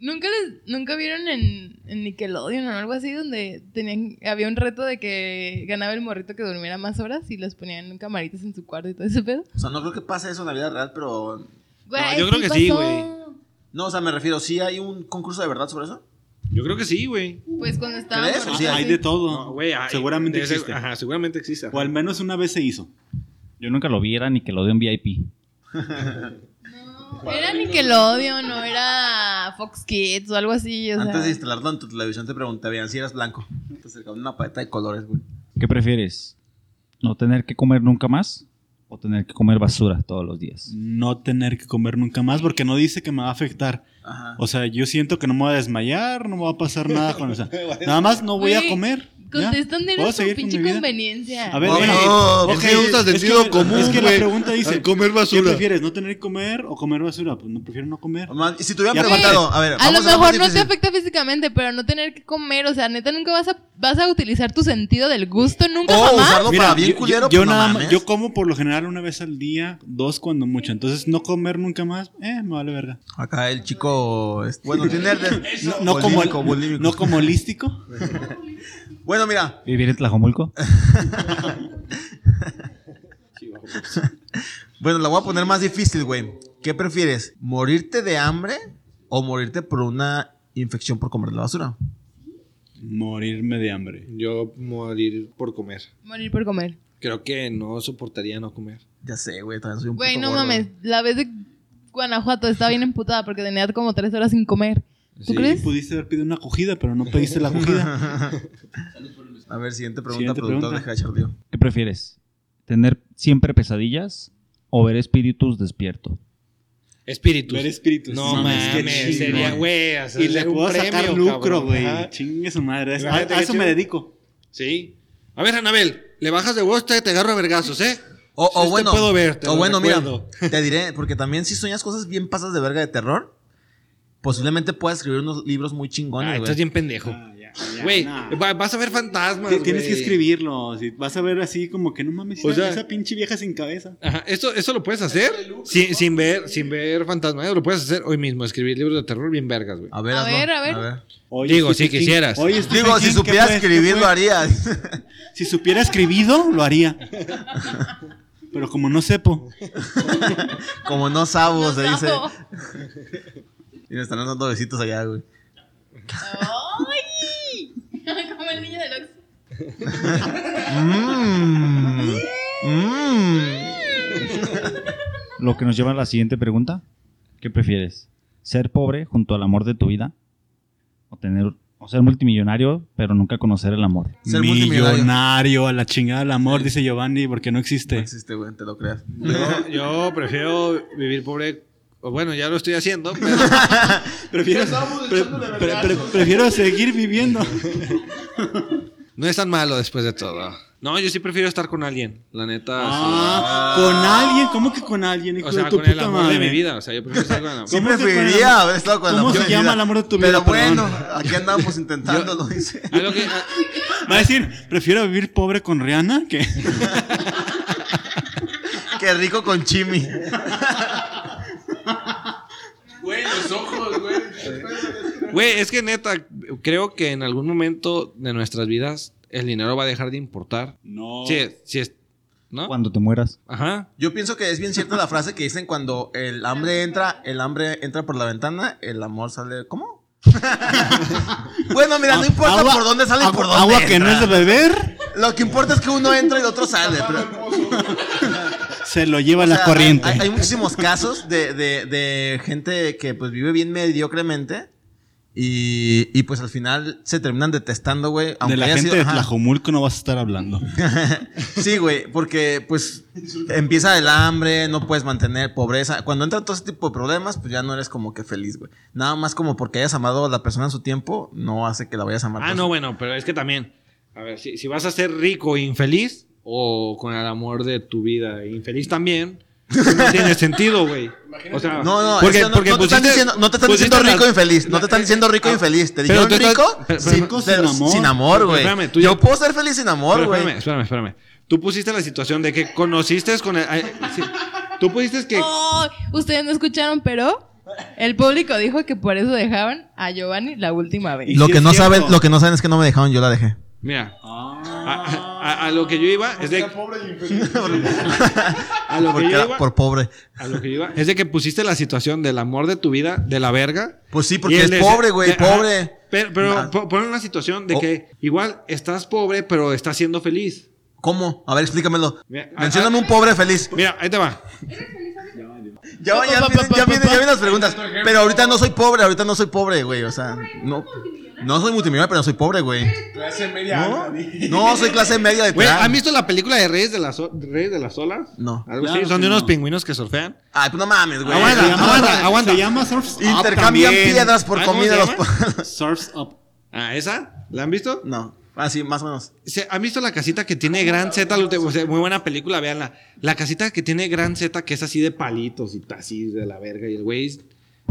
B: ¿nunca, les, ¿nunca vieron en, en Nickelodeon o algo así donde tenían, había un reto de que ganaba el morrito que durmiera más horas y los ponían en camaritas en su cuarto y todo ese pedo?
A: O sea, no creo que pase eso en la vida real, pero.
B: Güey,
E: yo creo que sí,
B: pasó.
A: No, o sea, me refiero, ¿sí hay un concurso de verdad sobre eso?
E: Yo creo que sí, güey.
B: Pues cuando estaba...
A: ¿Crees?
B: morrita,
A: Sí,
D: hay
B: sí.
D: de todo.
E: No, güey, ay,
D: Seguramente
E: de ese-
D: existe.
E: Ajá, seguramente existe.
D: O al menos una vez se hizo.
F: Yo nunca lo viera ni que lo dé un VIP.
B: Era Nickelodeon o era Fox Kids o algo así, o
A: Antes
B: sea...
A: de instalarlo en tu televisión te preguntarían si eras blanco. Te acercaban una paleta de colores, güey.
F: ¿Qué prefieres? ¿No tener que comer nunca más? ¿O tener que comer basura todos los días?
D: No tener que comer nunca más porque no dice que me va a afectar.
A: Ajá.
D: O sea, yo siento que no me voy a desmayar, no me va a pasar nada con eso. Nada más no voy a
B: Güey,
D: comer.
B: Contestan
D: ¿Puedo
B: eres su
D: seguir con
B: pinche
D: mi vida?
B: conveniencia.
D: A ver,
E: No,
D: eh,
E: no,
D: es
E: ¿por
D: que-
E: qué usas
D: es que
E: sentido
D: la-
E: común,
D: Es que la
E: güey?
D: pregunta dice:
E: Al comer basura.
D: ¿Qué prefieres, no tener que comer o comer basura? Pues no prefiero no comer.
A: Man, y Si te hubieran
D: Y aparte-
A: preguntado, a ver,
B: A lo
A: vamos algo más
B: mejor no te
A: difícil.
B: afecta físicamente, pero no tener que comer, o sea, neta, nunca vas a, vas a utilizar tu sentido del gusto, nunca
A: Oh, O
B: jamás.
A: usarlo para bien culero,
D: yo,
A: pues no
D: nada más-
A: mames.
D: yo como por lo general una vez al día, dos cuando mucho. Entonces no comer nunca más, eh, me vale verga.
A: Acá el chico. es- Bueno, tiene. de-
D: No, no como,
A: bulímico, bulímico.
D: no como holístico.
A: Bueno, mira.
F: ¿Vivir en Tlajomulco?
A: Bueno, la voy a poner más difícil, güey. ¿Qué prefieres? ¿Morirte de hambre o morirte por una infección por comer la basura?
D: Morirme de hambre.
E: Yo morir por comer.
B: Morir por comer.
E: Creo que no soportaría no comer.
A: Ya sé, güey, también soy un
B: Güey,
A: puto
B: no
A: gordo.
B: mames, la vez de Guanajuato estaba bien emputada porque tenía como tres horas sin comer. ¿Tú crees?
D: Pudiste haber pedido una acogida, pero no pediste la acogida.
A: A ver, siguiente pregunta,
D: Siguiente
A: productor
D: pregunta.
A: de Hachardío.
F: ¿Qué prefieres? ¿Tener siempre pesadillas o ver espíritus despierto?
E: Espíritus.
D: Ver espíritus.
E: No
D: Mames, qué
E: mames,
D: chingón.
E: sería güey. o sea,
D: y le
E: sería un
D: puedo sacar
E: premio,
D: lucro,
E: cabrón.
D: güey.
E: Ajá.
D: Chingue su madre. A,
E: Imagínate
D: a
E: qué
D: eso
E: chido.
D: me dedico.
E: Sí. A ver, Anabel, le bajas de gusto y te agarro a vergazos, ¿eh?
A: O, o
E: Sí te
A: bueno,
E: puedo ver, te
A: o
E: lo
A: bueno mira,
E: recuerdo.
A: te diré, porque también si sueñas cosas bien pasas de verga de terror, posiblemente puedas escribir unos libros muy
E: Ah,
A: chingones,
E: estás
A: güey.
E: bien pendejo.
D: Ah, ya, ya,
E: Güey,
D: nah.
E: va- vas a ver fantasmas.
D: Ti- Tienes que
E: güey.
D: escribirlo. Si vas a ver así como que no mames,
E: O
D: esa-
E: sea-
D: esa pinche vieja sin cabeza.
E: Ajá, ¿eso, eso lo puedes hacer sin, sin ver sin ver fantasmas. ¿eh? Lo puedes hacer hoy mismo, escribir libros de terror bien vergas, güey.
A: A ver,
B: A
A: hazlo,
B: ver, a ver.
D: Oye,
E: Digo,
D: Stephen
E: si
D: King-
E: quisieras.
D: Oye, Stephen
A: Digo,
D: King,
A: si
D: ¿qué
A: supieras
D: fue? este
A: escribir,
D: ¿Qué
A: lo
D: fue?
A: harías.
D: Si supiera escribido, lo haría. Pero como no sepo.
A: Como no sabo,
B: No
A: se
B: sabo.
A: dice. Y me están dando besitos allá, güey.
B: ¡Ay! Como el niño del Oxxo.
A: Mmm. Mmm.
F: Lo que nos lleva a la siguiente pregunta. ¿Qué prefieres? ¿Ser pobre junto al amor de tu vida? ¿O, tener, o ser multimillonario pero nunca conocer el amor?
A: Ser multimillonario.
D: Millonario, a la chingada el amor, dice Giovanni, porque no
A: No
D: existe.
A: existe, güey, te lo creas.
E: Yo, yo prefiero vivir pobre. o Bueno, ya lo estoy haciendo, pero
D: Prefiero, pre- pre- pre- prefiero seguir viviendo.
E: no es tan malo después de todo. No, yo sí prefiero estar con alguien, la neta.
D: Ah, con alguien, ¿cómo que con alguien?
E: sí.
D: hijo
E: O
D: de
E: sea,
D: tu
E: con el
D: puta
E: amor de
D: madre?
E: mi vida. O sea, yo prefiero estar con el amor.
A: Sí
D: ¿Cómo se
A: preferiría
D: llama-
A: haber estado con el
D: cómo
A: amor
D: se
A: de mi
D: llama
A: vida.
D: el amor de tu
A: Pero
D: vida? Perdón.
A: bueno, aquí andamos intentándolo, dice.
E: Algo que- ah,
D: Va a decir, prefiero vivir pobre con Rihanna que.
A: Qué rico con Chimi.
E: Güey, es que neta, creo que en algún momento de nuestras vidas el dinero va a dejar de importar.
D: No.
E: Si es, si es, ¿no?
F: Cuando te mueras.
E: Ajá.
A: Yo pienso que es bien cierta la frase que dicen cuando el hambre entra, el hambre entra por la ventana, el amor sale. ¿Cómo? bueno, mira, no importa
D: Ah, Agua-
A: por dónde sale y
D: agua-
A: por dónde.
D: Agua que no es de
A: entra.
D: beber,
A: Lo que importa es que uno entra y el otro sale. pero-
D: se lo lleva
A: O
D: la
A: sea,
D: corriente.
A: Hay, hay muchísimos casos de, de- de gente que pues vive bien mediocremente y, y, pues al final se terminan detestando, güey. aunque
D: de la
A: haya
D: gente
A: sido-
D: de
A: ajá.
D: Tlajomulco no vas a estar hablando.
A: Sí, güey, porque pues empieza el hambre, no puedes mantener pobreza. Cuando entra todo ese tipo de problemas, pues ya no eres como que feliz, güey. Nada más como porque hayas amado a la persona en su tiempo, no hace que la vayas a amar.
E: Ah,
A: por
E: no,
A: su-
E: bueno, pero es que también. A ver, si, si vas a ser rico e infeliz, o con el amor de tu vida e infeliz también, pues no tiene sentido, güey. O sea,
A: No, no,
E: porque,
A: es que no,
E: porque
A: no te están
E: pusiste-
A: diciendo, no te están
E: pusiste
A: diciendo rico
E: las-
A: e infeliz, no te están
E: eh,
A: diciendo rico e
E: ah,
A: infeliz, te
E: pero
A: dijeron
E: tú estás-
A: rico
E: pero-
A: sin,
D: rico sin
A: pero
D: amor.
A: sin amor,
E: Pero
A: güey.
E: espérame, tú ya-
A: Yo puedo ser feliz sin amor,
E: Pero
A: güey.
E: espérame, espérame, espérame. Tú pusiste la situación de que conociste con el- ay, sí. Tú pusiste que.
B: Ay, Ustedes no escucharon, pero el público dijo que por eso dejaban a Giovanni la última
D: Y
B: vez.
A: Lo
D: sí
A: que
D: es
A: no
D: cierto.
A: saben, lo que no saben es que no me dejaron, yo la dejé.
E: Mira,
D: Ah.
E: a, a- a lo que yo iba es de. A lo que
A: Porque
E: yo
A: era
E: iba-
A: por pobre.
E: a lo que yo iba es de que pusiste la situación del amor de tu vida de la verga.
A: Pues sí,
E: Y
A: porque
E: el
A: es
E: de-
A: pobre, güey,
E: de- eh, ajá.
A: pobre.
E: Pero, pero
A: Ah.
E: po- pon una situación de
A: Oh.
E: que igual estás pobre, pero estás siendo feliz.
A: ¿Cómo? A ver, explícamelo.
E: Mira, a-
A: Mencióname
E: a-
A: un pobre feliz.
E: Mira, ahí te
A: Ya,
E: va.
A: ya, vienen, ya, vienen, ya vienen las preguntas. Pero ahorita no soy pobre, ahorita no soy pobre, güey. O sea, no, no soy multimillonario, pero no soy pobre, güey.
G: Clase media.
A: No, no soy clase media de
E: Güey,
A: plan.
E: ¿han visto la película de Reyes de las, O- Reyes de las Olas?
A: No.
E: Algo
D: Claro
E: así. Son
D: que
E: de unos
D: no.
E: pingüinos que surfean.
A: Ay, pues no mames, güey.
E: Aguanta,
D: Se llama-
E: aguanta, aguanta.
D: Se llama Surf's Up
A: Intercambian
D: también.
A: piedras por
E: Ah, ¿cómo
A: comida
E: se
A: los
E: llama?
A: po-
D: Surf's Up.
E: Ah, ¿esa? ¿La han visto?
A: No. Ah, sí, más o menos.
E: ¿Se- ¿Han visto la casita que tiene Gran Z? Lo te- o sea, Muy buena película, véanla. La casita que tiene Gran Z, que es así de palitos y así de la verga. Y el güey es-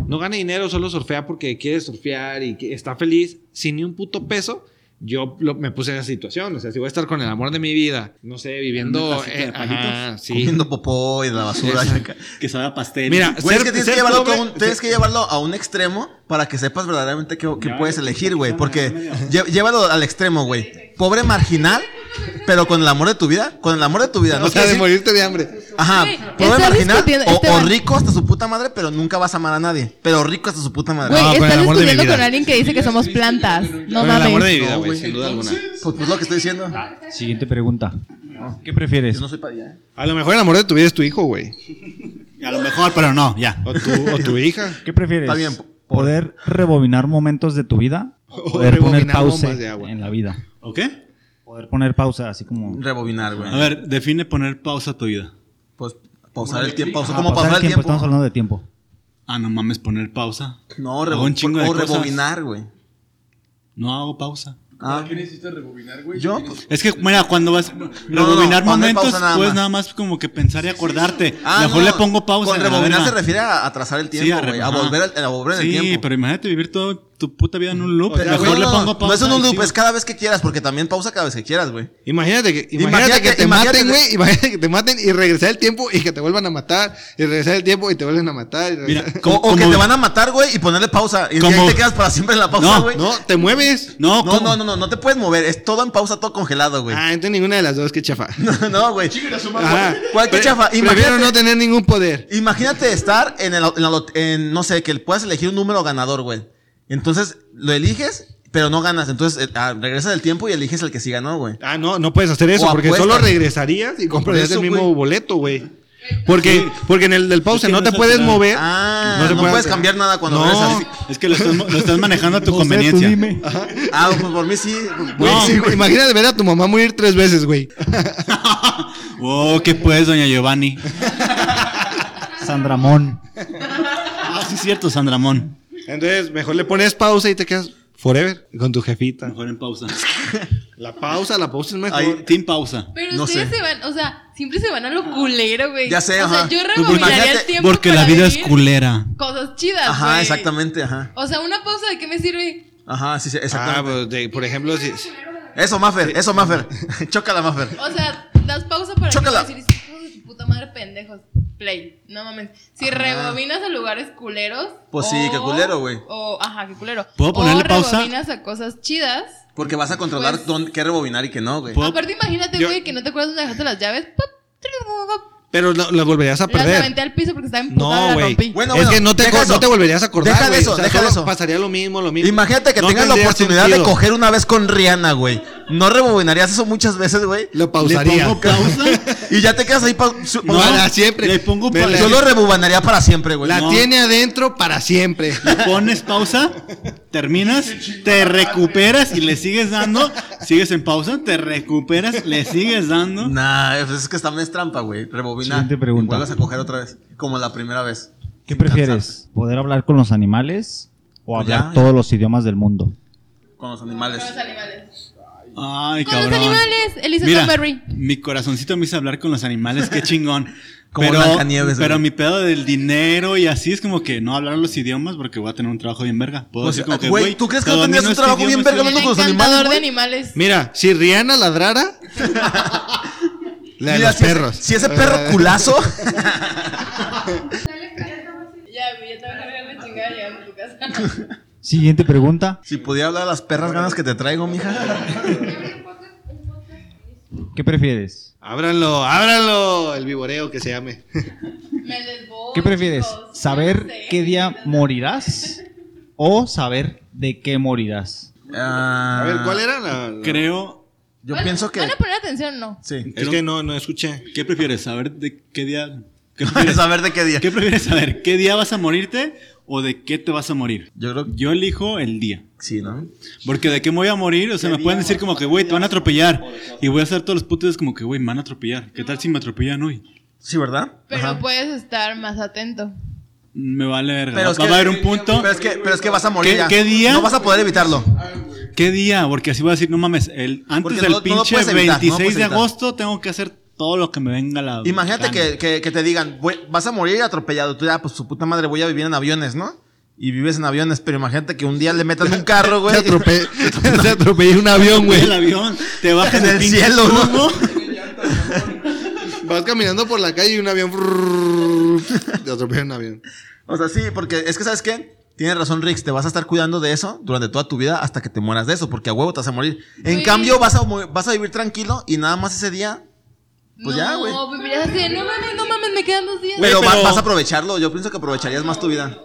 E: no gana dinero, solo surfea porque quiere surfear y que está feliz sin ni un puto peso. Yo lo- me puse en esa situación. O sea, si voy a estar con el amor de mi vida, no sé,
D: ¿En una
E: viviendo.
D: casita de
E: eh,
D: palitos?
E: ajá, sí.
A: Comiendo popó y de la basura.
D: Que sabe a pastel.
E: Mira,
A: Güey, es que
E: Ser-
A: tienes,
E: ser
A: que llevarlo,
E: pobre-
A: a un- tienes que llevarlo a un extremo para que sepas verdaderamente qué, qué
D: Ya,
A: puedes
D: ya,
A: elegir, güey.
D: ya,
A: Porque
D: ya,
A: lle- llévalo al extremo, güey. Pobre marginal, pero con el amor de tu vida. Con el amor de tu vida. No
E: o sea,
A: quiere
E: de
A: decir-
E: morirte de hambre.
A: Ajá,
B: Güey,
A: pobre
B: está
A: marginal
B: discutiendo-
A: o,
B: este
A: o
B: va-
A: rico hasta su puta madre, pero nunca vas a amar a nadie. Pero rico hasta su puta madre.
B: Güey,
E: No, con el
B: estás
E: amor de mi
B: discutiendo
E: vida.
B: con alguien que dice que somos plantas. No
E: Con el amor de mi
B: mames.
E: vida,
A: No,
E: güey,
A: güey.
E: sin duda alguna.
A: Pues, pues lo que estoy diciendo.
F: Siguiente pregunta. ¿Qué
A: Yo
F: prefieres?
A: no soy para allá.
E: A lo mejor el amor de tu vida es tu hijo, güey.
D: A lo mejor, pero no, ya.
E: O tu, o tu hija.
F: ¿Qué prefieres?
A: Está bien, po-
F: ¿Poder rebobinar momentos de tu vida?
E: O
F: ¿O poder poner
E: rebobinar
F: pausa
E: bombas de agua.
F: en la vida?
D: ¿O qué?
F: Poder poner pausa, así como...
A: Rebobinar, güey.
D: A ver, define poner pausa a tu vida.
A: Pues pausar el tiempo.
F: Ajá,
A: Pausa, ¿Cómo pausar el tiempo?
F: Estamos hablando de tiempo.
D: Ah, no mames, poner pausa.
A: No,
D: Hago
A: rebo-
D: un chingo de
A: o
D: cosas.
A: rebobinar, güey.
D: No hago pausa.
A: Ah,
G: ¿Qué necesitas rebobinar, güey?
A: yo,
G: ¿Qué
A: pues,
D: Es que, mira, cuando vas
A: no,
D: rebobinar
A: no, poner
D: momentos,
A: pausa nada
D: puedes
A: más.
D: nada más como que pensar y acordarte.
A: Ah,
D: Mejor
A: no,
D: le pongo pausa.
A: Con
D: a la
A: rebobinar se
D: verga.
A: refiere a atrasar el tiempo,
D: re-
A: güey. a
D: ajá.
A: volver, al- a volver en el
D: Sí,
A: tiempo.
D: pero imagínate vivir toda tu puta vida en un loop.
E: O sea,
A: Güey,
D: Mejor
A: no,
D: le
A: no,
D: pongo
A: no,
D: pausa.
A: No es en
D: y
A: un loop,
D: sigo.
A: es cada vez que quieras, porque también pausa cada vez que quieras, güey.
E: Imagínate que, imagínate
A: Imagínate-
E: que te
A: imagínate-
E: maten, güey. Imagínate que te maten y regresar el tiempo y que te vuelvan a matar. Y regresar el tiempo y te vuelven a matar. y
D: Mira,
E: regresar-
A: O,
D: como-
A: o que
D: como-
A: te van a matar, güey, y ponerle pausa. Y
D: Como-
A: ahí te quedas para siempre en la pausa,
D: No,
A: güey.
E: no, te mueves.
D: No,
A: No,
D: ¿cómo?
A: no, no, no, no te puedes mover. Es todo en pausa, todo congelado, güey.
E: Ah, entonces ninguna de las dos, que chafa.
A: No, güey.
D: Ah,
E: Ajá.
A: ¿Cuál que
E: Pre-
A: chafa?
E: Prefiero
A: Imagínate-
E: no tener ningún poder.
A: Imagínate estar en el, en la lot- en, no sé, que puedas elegir un número ganador, güey. Entonces, lo eliges, pero no ganas. Entonces, eh, ah, regresas el tiempo y eliges el que sí ganó, güey.
E: Ah, no, no puedes hacer
A: O
E: eso porque
A: apuestas.
E: solo regresarías y comprarías
A: Por eso,
E: el mismo
A: güey.
E: boleto, güey. Porque, porque en el del pause
D: que
E: no
D: no
E: te
D: es
E: puedes
D: natural.
E: mover.
A: Ah,
E: ¿Eh? se
A: no
E: puede
A: puedes
E: hacer.
A: cambiar nada cuando
E: No.
A: regresas.
D: Es que lo estás, lo estás manejando a tu
F: No sé, tú
D: conveniencia.
F: dime.
A: Ah, pues por mí sí.
E: Güey,
D: No.
E: sí, güey, Imagínate ver a tu mamá morir tres veces, güey.
D: Oh, ¿qué pues, doña Giovanni?
F: Sandramón.
D: Ah, sí, es cierto, Sandramón.
E: Entonces, mejor le pones pausa y te quedas forever con tu jefita.
D: Mejor en pausa.
E: La pausa, la pausa es mejor. Ah,
D: Ahí, team pausa.
B: Pero
A: No
B: ustedes
A: sé.
B: se van, o sea, siempre se van a lo culero, güey.
A: Ya sé,
B: o sea,
A: ajá.
B: yo
D: Pues, porque-
B: rebobinaría el tiempo
D: porque la
B: para
D: vida es
B: vivir
D: culera.
B: Cosas chidas,
A: Ajá,
B: güey.
A: exactamente, ajá.
B: O sea, una pausa, ¿de qué me sirve?
A: Ajá, sí, sí,
E: Ah,
A: exactamente.
E: pues, de- por ejemplo, si, si-
A: Eso, Maffer, eso, Maffer. Chócala, Maffer.
B: O sea, das pausa para
A: Chócala.
B: que decir, hijos de su puta madre pendejos. Play, no mames. Si
A: Ajá.
B: rebobinas a lugares culeros.
A: Pues sí,
B: o-
A: qué culero, güey.
B: O, ajá, qué culero.
D: ¿Puedo ponerle
B: o
D: pausa?
B: rebobinas a cosas chidas.
A: Porque vas a controlar
B: Pues-
A: dónde, qué rebobinar y qué no, güey.
D: ¿Puedo-
B: Aparte, imagínate,
E: Yo-
B: güey, que no te acuerdas dónde dejaste las llaves. Pop, tri, pop, pop.
E: pero lo- las volverías a
B: Las
E: perder.
B: aventé al piso porque estaba
E: No,
B: emputada la
E: güey.
B: rompí.
A: Bueno,
E: es que no te,
A: deja
E: co-
A: eso.
E: no te volverías a acordar.
A: Deja de
E: güey.
A: eso,
E: O sea,
A: deja de
E: solo
A: eso.
E: Pasaría lo mismo, lo mismo.
A: Imagínate que
E: No
A: tengas la
E: tendría
A: oportunidad
E: sentido.
A: de coger una vez con Rihanna, güey. ¿No rebobinarías eso muchas veces, güey?
E: Lo
D: Le
E: pausaría.
D: pongo pausa.
A: Y ya te quedas ahí pa- su-
E: No,
A: pausado.
E: para siempre.
D: Le pongo
E: Me
D: pausa.
A: Yo lo rebobinaría para siempre, güey.
E: La
A: No.
E: tiene adentro para siempre.
D: Le pones pausa, terminas, te recuperas y le sigues dando. Sigues en pausa, te recuperas, le sigues dando.
A: Nah, pues es que también es trampa, güey. Rebobinar.
F: Siguiente pregunta.
A: Y Vuelves a coger otra vez. Como la primera vez.
F: ¿Qué
A: Sin
F: prefieres? ¿Poder hablar con los animales o
A: Pues ya,
F: hablar
A: ya.
F: todos los idiomas del mundo?
A: cansarte. Con los animales.
B: Con los animales.
D: Ay,
B: Con
D: cabrón.
B: los animales, Elisa
D: Mira,
B: Tomberry.
D: mi corazoncito me hizo hablar con los animales, qué chingón.
A: Como
D: pero,
A: Blancanieves,
D: pero
A: güey.
D: mi pedo del dinero y así es como que no hablar los idiomas porque voy a tener un trabajo bien verga. Puedo
A: Pues,
D: decir como que,
A: güey,
D: güey,
A: ¿tú crees que
D: te
A: no tendrías
D: domino
A: un
D: este
A: trabajo bien
D: idioma,
A: verga
D: este
A: hablando
B: El
A: con los
B: encantador
A: animales,
B: de
A: güey?
B: animales.
E: Mira, si Rihanna ladrara. La
A: Mira,
E: de los
A: si ese-
E: perros.
A: si ese perro culazo.
B: Ya, güey, ya te van a ver la chingada llegando a tu casa.
F: Siguiente pregunta.
A: si pudiera hablar a las perras ganas que te traigo, mija.
F: ¿Qué prefieres?
E: Ábranlo, ábranlo. El viboreo que se llame.
B: Me desbodo,
F: ¿Qué prefieres?
B: chicos. No
F: ¿Saber
B: sé.
F: qué día morirás o saber de qué morirás?
A: Ah,
E: A ver, ¿cuál era la.? la-
D: Creo,
A: Yo
B: Van-
A: pienso que.
B: ¿Van a poner atención no?
A: Sí.
E: Es que no, no escuché.
D: ¿qué prefieres? ¿Saber de qué día? ¿Qué
A: Quieres
D: prefieres,
A: saber de qué día.
D: ¿Qué prefieres saber? ¿Qué día vas a morirte o de qué te vas a morir?
A: Yo creo que
D: Yo elijo el día.
A: sí, ¿no?
D: Porque de qué me voy a morir, o sea, me pueden decir como que, güey, te van a atropellar. Y voy a hacer todos los putos días como que, güey, me van a atropellar. ¿Qué tal si me atropellan hoy?
A: Sí, ¿verdad?
B: Pero
A: Ajá.
B: puedes estar más atento.
D: me vale verga.
A: Pero
D: va
A: es
D: va
A: que-
D: a haber un punto.
A: Pero es que, pero es que vas a morir
D: ¿Qué-
A: ya.
D: qué día? Pues,
A: No vas a poder evitarlo.
D: ¿Qué día? Porque así voy a decir, no mames, el, antes
A: Porque
D: del
A: no- no lo
D: pinche
A: puedes evitar, no lo
D: 26
A: puedes
D: de
A: evitar.
D: agosto tengo que hacer todo lo que me venga la.
A: Imagínate
D: gana.
A: que, que- que te digan, "Güey, vas a morir atropellado. Tú ya, pues su puta madre, voy a vivir en aviones, ¿no? Y vives en aviones, pero imagínate que un día le metan un carro, güey.
H: Se atrope- se atropelló un avión, güey.
D: el avión, te bajas
A: En
D: del
A: el
D: pinche
A: cielo, ¿no?
D: tubo.
H: Vas caminando por la calle y un avión. frrrr, Te atropella un avión.
A: O sea, sí, porque es que, ¿sabes qué? Tienes razón, Rix, te vas a estar cuidando de eso durante toda tu vida hasta que te mueras de eso, porque a huevo te vas a morir. En
B: Sí.
A: cambio, vas a, mu- vas a vivir tranquilo y nada más ese día. Pues ya, güey.
B: No, vivirías así de, no mames, no mames, me quedan dos días.
A: Pero, va-
E: pero-
A: vas a aprovecharlo. Yo pienso que aprovecharías más tu vida.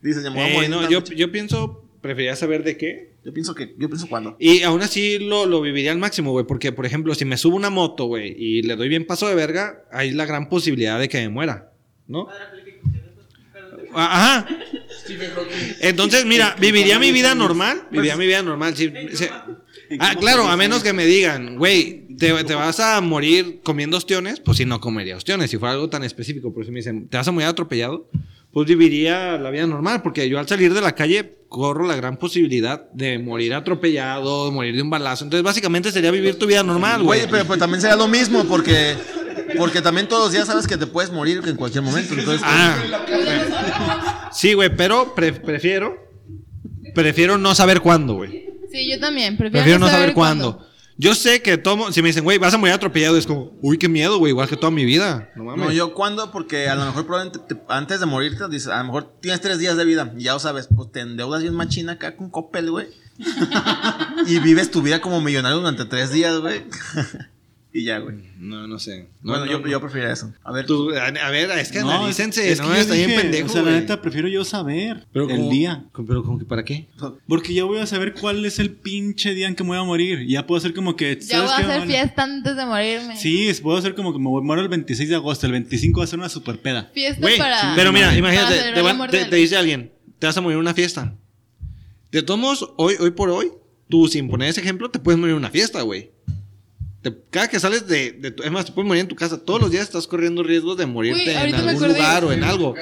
A: Dices, ya me voy a
E: Eh,
A: morir.
E: no,
A: tan-
E: yo, yo pienso, preferiría saber de qué.
A: yo pienso que. Yo pienso cuándo.
E: Y aún así lo, lo viviría al máximo, güey. Porque, por ejemplo, si me subo una moto, güey, y le doy bien paso de verga, hay la gran posibilidad de que me muera, ¿no? Ah, Ajá. Entonces, mira, viviría mi vida normal. Viviría mi vida normal. sí, se- Ah, claro, a menos que me digan, güey, te, te vas a morir comiendo ostiones, pues si no comería ostiones, si fuera algo tan específico. Pero si me dicen, te vas a morir atropellado, pues viviría la vida normal, porque yo al salir de la calle corro la gran posibilidad de morir atropellado, morir de un balazo. Entonces, básicamente sería vivir tu vida normal, güey.
A: Güey, pero, pero también sería lo mismo porque. Porque también todos los días sabes que te puedes morir en cualquier momento. Entonces,
E: Ah. Sí, güey, pero pre- prefiero. Prefiero no saber cuándo, güey.
B: Sí, yo también. Prefiero,
E: Prefiero no saber cuándo. Yo sé que tomo. Si me dicen, güey, vas a morir atropellado, es como, uy, qué miedo, güey, igual que toda mi vida. No mames.
A: no, yo cuándo, porque a lo mejor probablemente te- antes de morirte, dices, a lo mejor tienes tres días de vida, y ya lo sabes, pues te endeudas bien machina acá con Coppel, güey. y vives tu vida como millonario durante tres días, güey. y ya, güey.
E: No, no sé. No,
A: Bueno,
E: no,
A: yo,
E: no.
A: yo preferiría eso. A ver,
E: Tú- a, a ver, es que analícense,
D: es
E: no,
D: que yo
E: está bien
D: dije,
E: pendejo.
D: O sea, la
E: güey.
D: neta, prefiero yo saber
E: Pero
D: el
E: como-
D: día.
E: como- Pero como que para qué?
D: Porque ya voy a saber cuál es el pinche día en que me voy a morir. Y Ya puedo hacer como que.
B: Ya voy
D: ¿sabes
B: a
D: qué?
B: hacer
D: Vale.
B: fiesta antes de morirme.
D: Sí, es- puedo hacer como que me muero el 26 de agosto. El 25 va a ser una super peda.
B: Fiesta
E: Güey,
B: para.
E: pero mira,
B: para
E: imagínate,
B: celebrar
E: te,
B: la
E: van-
B: muerte
E: te-
B: de
E: te dice alguien, te vas a morir en una fiesta. De todos modos, hoy, hoy por hoy, tú sin poner ese ejemplo, te puedes morir en una fiesta, güey. Te- cada que sales de, de tu- Es más, te puedes morir en tu casa. Todos los días estás corriendo riesgos de morirte
B: Güey,
E: en
B: ahorita me
E: algún
B: acordé.
E: lugar o en algo.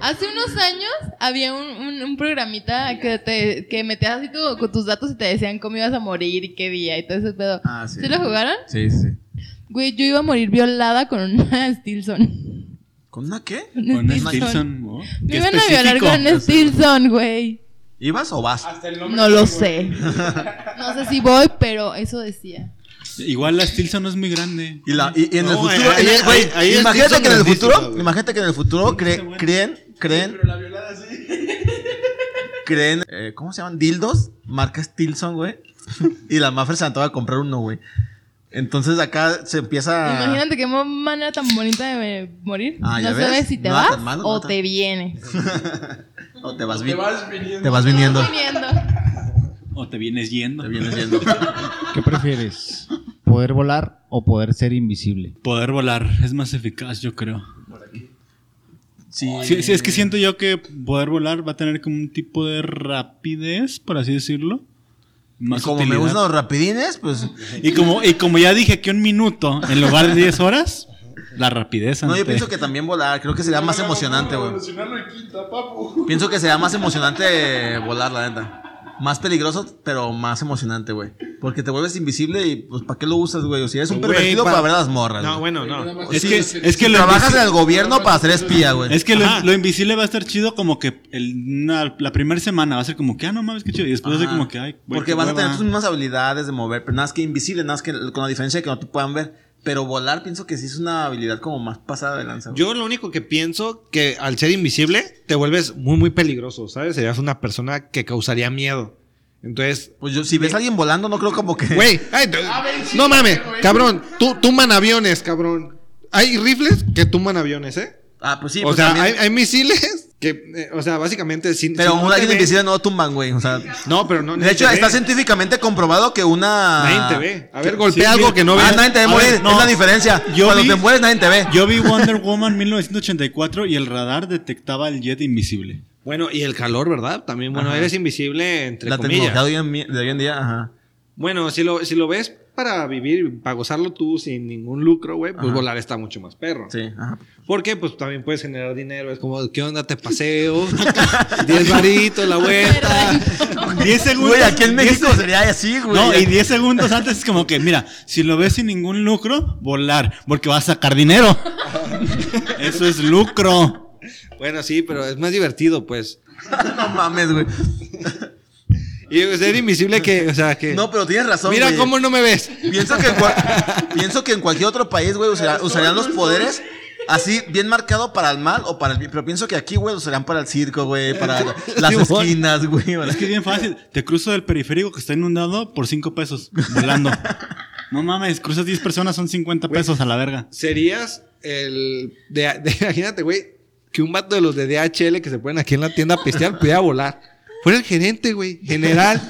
B: Hace unos años había un, un, un programita que te que metías así tu- con tus datos y te decían cómo ibas a morir y qué día y todo ese pedo.
A: Ah, sí.
B: ¿Sí lo jugaron?
A: Sí, sí.
B: Güey, yo iba a morir violada con una Stilson.
A: ¿Con una qué?
B: Una
D: Con Stilson. ¿no?
B: Me
D: Qué
B: iban a
D: específico.
B: violar con una Stilson, güey.
A: ¿Ibas o vas?
B: No lo sé. No sé si voy, pero eso decía.
D: Igual la Stilson no es muy grande.
A: Y, la, y, y en el
E: No,
A: futuro,
E: ahí-
A: en el-
E: ahí-
A: güey,
E: ahí- ahí
A: imagínate
E: Stinson
A: que en el
E: grandísima,
A: futuro,
E: güey.
A: imagínate que en el futuro cre-
D: bueno.
A: creen, creen,
G: Pero la violada sí.
A: creen, eh, ¿cómo se llaman? Dildos, marca Stilson, güey. y la Maffer se va a comprar uno, güey. Entonces acá se empieza a-
B: Imagínate qué mo- manera tan bonita de eh, morir.
A: Ah, ya
B: no
A: ves.
B: sabes si te
A: No,
B: vas
A: tan malo, no,
B: o
A: tan-
B: te vienes.
A: o te vas,
G: Te
A: vi-
G: vas viniendo.
A: te vas viniendo.
B: Viniendo.
D: O te vienes yendo.
A: Te vienes yendo.
F: ¿Qué prefieres? ¿Poder volar o poder ser invisible?
D: Poder volar es más eficaz, yo creo.
A: Sí.
D: Sí, sí, es que siento yo que poder volar va a tener como un tipo de rapidez, por así decirlo.
A: Y
D: Más
A: como me
D: utilidad.
A: gustan los rapidines, pues.
D: Y como, y como ya dije que un minuto en lugar de 10 horas, la rapidez.
A: No, yo
D: ante-
A: pienso que también volar, creo que sería más emocionante, güey.
G: Revolucionarlo en quinta, papu.
A: Pienso que sería más emocionante volar, la neta. Más peligroso, pero más emocionante, güey. Porque te vuelves invisible y, pues, ¿para qué lo usas, güey? O sea, eres un
E: Güey,
A: pervertido
E: pa-
A: para ver a las morras.
E: No,
A: No,
E: bueno, no.
D: Es
A: Sí,
D: que,
A: sí,
D: es que lo
A: Trabajas
D: invisi-
A: en el gobierno para ser espía, güey.
D: es que lo,
E: Ajá.
D: lo invisible va a estar chido como que el- una- la primera semana va a ser como que, ah, no mames, qué chido. Y después va a ser
A: Ajá.
D: como que, ay, güey,
A: Porque
D: qué
A: vas a
D: hueva.
A: tener tus mismas habilidades de mover, pero nada más que invisible, nada más que con la diferencia de que no te puedan ver. Pero volar, pienso que sí es una habilidad como más pasada de lanza. güey.
E: Yo lo único que pienso que al ser invisible te vuelves muy, muy peligroso, ¿sabes? Serías una persona que causaría miedo. Entonces,
A: Pues yo, si ves a alguien volando, no creo como que.
E: Güey, ay, te- no mames, cabrón, tú tuman aviones, cabrón. Hay rifles que tuman aviones, ¿eh?
A: Ah, pues sí,
E: o
A: pues
E: sea,
A: también-
E: hay, hay misiles que, eh, o sea, básicamente sin.
A: Pero
E: sin-
A: un
E: no te
A: alguien
E: ven.
A: invisible no lo tumban, güey. O sea.
E: No, pero no.
A: De
E: nadie
A: hecho,
E: te
A: está
E: ve.
A: científicamente comprobado que una.
E: Nadie te ve. A ver, golpea
D: Sí,
E: algo
D: mira.
E: que no
A: ah,
E: veas.
A: nadie te ve
D: A
A: morir.
D: ver, no.
A: Es la diferencia.
D: Yo
A: Cuando
D: vi-
A: te mueres, nadie te ve.
D: Yo vi Wonder Woman 1984 y el radar detectaba el jet invisible.
E: Bueno, y el calor, ¿verdad? También, bueno,
A: Ajá.
E: eres invisible, entre
A: la
E: comillas.
A: tecnología de hoy, en, mi- de hoy en día, ajá.
E: Bueno, si lo, si lo ves para vivir, para gozarlo tú sin ningún lucro, güey, pues
A: Ajá.
E: volar está mucho más perro.
A: Sí, ajá.
E: Porque pues también puedes generar dinero, es como, ¿qué onda? Te paseo, 10 varitos, la vuelta.
D: 10 segundos.
A: Güey, aquí en
D: diez
A: México
D: se-
A: sería así, güey.
D: No, y 10 segundos antes es como que, mira, si lo ves sin ningún lucro, volar, porque vas a sacar dinero. Eso es lucro.
E: Bueno, sí, pero es más divertido, pues.
A: no mames, güey.
E: Y ser invisible que, o sea, que...
A: No, pero tienes razón,
E: mira
A: güey.
E: cómo no me ves.
A: Pienso que, en cua- pienso que en cualquier otro país, güey, usará- usarían los poderes así, bien marcado para el mal o para el bien. Pero pienso que aquí, güey, usarían para el circo, güey, para las
E: Sí, güey.
A: esquinas, güey. para-
D: Es que es bien fácil. Te cruzo del periférico que está inundado por 5 pesos, volando. No mames, cruzas 10 personas, son 50 pesos a la verga.
E: Serías el... de- de- imagínate, güey, que un vato de los de DHL que se ponen aquí en la tienda a pistear pudiera volar. Fuera el gerente, güey, general.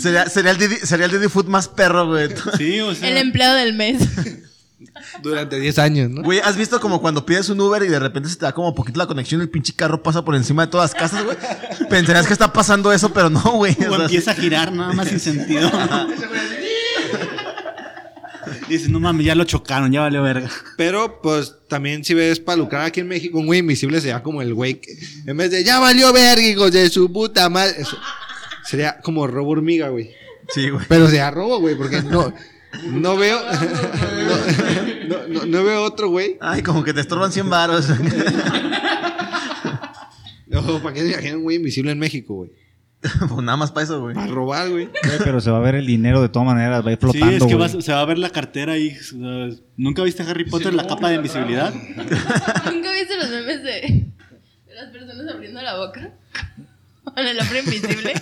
A: Sería, sería el Didi, sería el Didi Food más perro, güey.
D: Sí, o sea.
B: El em- empleado del mes.
E: Durante 10 años, ¿no?
A: Güey, ¿has visto como cuando pides un Uber y de repente se te da como poquito la conexión y el pinche carro pasa por encima de todas las casas, güey? Pensarías que está pasando eso, pero no, güey. O
D: O
A: sea,
D: empieza a girar nada más sin sentido. Dices, no mames, ya lo chocaron, ya valió verga.
E: Pero, pues, también si ves para lucrar aquí en México, un güey invisible sería como el güey que, en vez de, ya valió verga, hijos de su puta madre. eso- sería como robo hormiga, güey.
A: Sí, güey.
E: Pero sería robo, güey, porque no, no veo, no, no- no- no veo otro, güey.
A: Ay, como que te estorban 100 varos. Pues
E: No, ¿para qué se imagina un güey invisible en México, güey?
A: pues nada más para eso, güey.
E: Para robar, güey.
F: Güey, pero se va a ver el dinero de todas maneras, va a ir flotando.
D: sí, es que
F: güey.
D: vas- se va a ver la cartera ahí. uh, ¿Nunca viste Harry Potter, la capa de invisibilidad?
B: ¿Nunca viste los memes de, de las personas abriendo la boca? Con el hombre invisible.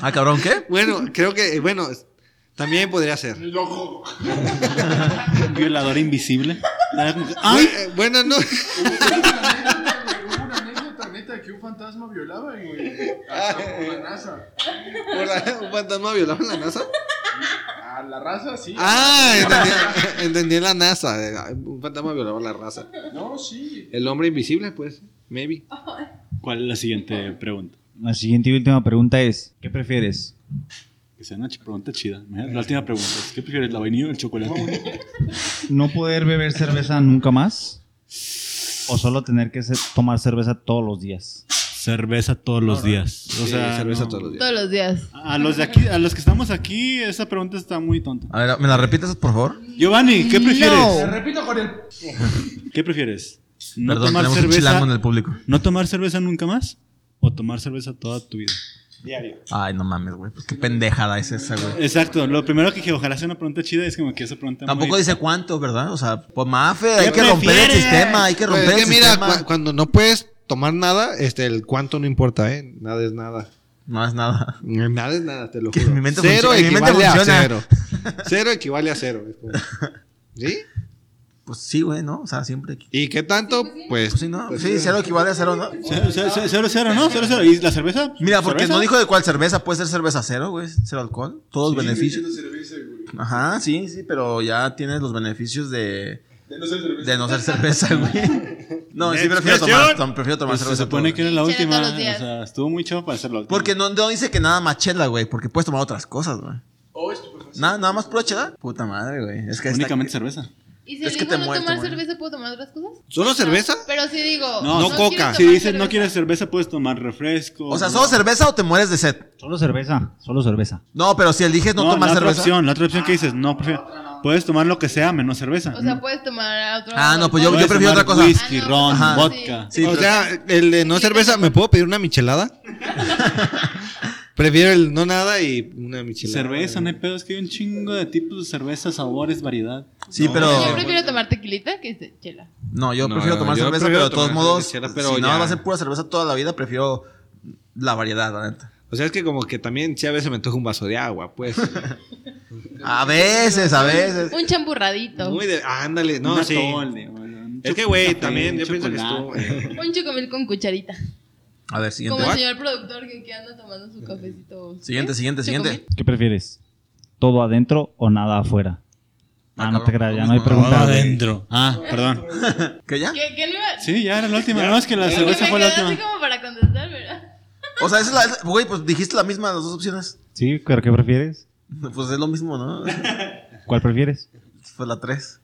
A: Ah, cabrón, ¿qué?
E: Bueno, creo que, bueno, también podría ser.
D: Un violador invisible. Era como que, "Ah".
E: Güey,
D: ¡Ay!
E: eh, Bueno, no.
G: Hubo una anécdota neta que un fantasma violaba, güey. Hasta por la NASA.
E: por la- ¿Un fantasma violaba en la NASA?
G: A la raza, sí.
E: Ah, entendí, entendí la NASA. eh, Un fantasma violaba la raza.
G: No, sí.
E: El hombre invisible, pues, maybe.
D: ¿Cuál es la siguiente pregunta?
F: La siguiente y última pregunta es, ¿qué prefieres?
D: Que sea una ch- pregunta chida. La última pregunta es, ¿qué prefieres, la vainilla o el chocolate?
F: ¿No poder beber cerveza nunca más? ¿O solo tener que ser- tomar cerveza todos los días?
D: Cerveza todos los días. O sea,
E: cerveza
D: no.
E: todos los días.
B: Todos los días.
D: A los de aquí, a los que estamos aquí, esa pregunta está muy tonta.
A: A ver, ¿me la repites, por favor?
D: Giovanni, ¿qué prefieres?
B: No.
G: repito con el.
D: ¿Qué prefieres? ¿No
A: Perdón,
D: tomar
A: tenemos un
D: cerveza?
A: chilango en el público.
D: ¿No tomar cerveza nunca más? ¿O tomar cerveza toda tu vida?
A: Ay, no mames, güey. Pues qué pendejada es esa, güey.
D: Exacto, lo primero que dije, ojalá sea una pregunta chida, es como que esa pregunta
A: Tampoco
D: muy-
A: dice cuánto, ¿verdad? O sea, pues mafe, hay que
D: ¿Qué
A: romper el
D: prefieres?
A: sistema, hay que
E: Pues
A: romper
E: es que
A: el
E: mira,
A: sistema.
E: cua- cuando no puedes tomar nada, este, el cuánto no importa, ¿eh? Nada es nada.
A: No es nada.
E: Nada es nada, te lo
A: Que
E: juro.
A: mi mente
E: cero
A: funciona- mi mente
E: equivale a
A: funciona.
E: cero. Cero equivale a cero. es como- ¿Sí?
A: Pues sí, güey, ¿no? O sea, siempre. Pues
E: ¿Y qué tanto? Pues,
A: sí, ¿no? Sí, cero equivale a cero, ¿no?
D: Cero, cero, cero, cero, cero, ¿no? Cero, cero. ¿Y la cerveza?
A: Mira, porque
D: ¿Cerveza?
A: no dijo de cuál cerveza. Puede ser cerveza cero, güey. Cero alcohol. Todos beneficios.
G: cerveza, güey.
A: Ajá, sí, sí, pero ya tienes los beneficios de,
G: De no ser cerveza.
A: de no ser cerveza, güey. No, sí prefiero tomar, tom- prefiero tomar
D: Pues se
A: cerveza.
D: supone
A: todo,
D: que era la
B: Chela
D: última.
B: todos los
D: O
B: días.
D: sea, estuvo muy chavo para hacerlo.
A: güey. Porque no, no dice que nada más chela, güey, porque puedes tomar otras cosas, güey.
D: Oh,
G: O estupefacción.
A: Nada, nada más pura chela. Puta madre, güey. Es que está-
D: Únicamente cerveza.
B: ¿Y si
A: Es que
B: digo
A: te
B: no
A: mueres, te
B: tomar
A: mueres.
B: cerveza, puedo tomar otras cosas?
E: ¿solo cerveza?
B: Pero si digo.
D: No,
E: no
B: quiero
E: coca.
B: tomar
D: Si dices
B: cerveza.
D: no quieres cerveza, puedes tomar refresco.
A: O sea, ¿solo cerveza o te mueres de sed?
F: Solo cerveza, solo cerveza.
A: No, pero si eliges no,
D: No,
A: tomar
D: la otra
A: cerveza.
D: opción, la otra opción que dices, no, prefiero- puedes tomar lo que sea menos cerveza.
B: Ah. O sea, puedes tomar otro.
A: Mm. Ah, no, pues
D: Puedes
A: yo prefiero
D: tomar
A: otra cosa.
D: Whisky,
B: Ah, no,
D: ron,
A: Ajá.
D: vodka.
A: Sí,
E: o
A: pero-
E: sea, el de no cerveza, ¿me puedo pedir una michelada? Prefiero el no nada y una michelada.
D: Cerveza, no hay pedo, es que hay un chingo de tipos de cerveza, sabores, variedad.
A: Sí,
E: No,
A: pero.
B: Yo prefiero tomar tequilita que este- chela.
A: No, yo
E: No,
A: prefiero
E: no,
A: tomar
E: yo
A: cerveza,
E: prefiero
A: pero de todos
E: tomar
A: modos,
E: cerveza, pero
A: si nada
E: ya.
A: va a ser pura cerveza toda la vida, prefiero la variedad, la neta.
E: O sea, es que como que también, si a veces me antoja un vaso de agua, pues.
A: A veces, a veces.
B: Un champurradito.
E: Muy de. ah, ándale, no,
D: Un
E: sí.
D: atole, güey, un
E: Es que, güey,
D: café,
E: también, yo
D: un
E: pienso que estuvo.
D: chocolate.
B: Un chocomil con cucharita.
A: A ver,
B: Como
A: siguiente.
B: el
E: ¿What?
B: señor productor que, que anda tomando su cafecito.
A: Siguiente,
B: ¿Eh?
A: siguiente, siguiente.
B: Chocomil.
F: ¿Qué prefieres? ¿Todo adentro o nada afuera?
A: Ah,
F: Ah, no te
A: cabrón,
F: creas, ya
A: lo
F: no hay
A: mismo,
F: pregunta. güey.
D: Ah, perdón.
A: ¿Qué ya?
B: ¿Qué, qué no iba?
D: Sí, ya era la última. No, es que la
B: Es que me
D: cerveza fue la
B: quedé así
D: última.
B: como para contestar, ¿verdad?
A: O sea, esa es la. esa- Güey, pues dijiste la misma de las dos opciones.
F: Sí, pero ¿qué prefieres?
A: Pues es lo mismo, ¿no?
F: ¿Cuál prefieres?
A: Fue la 3.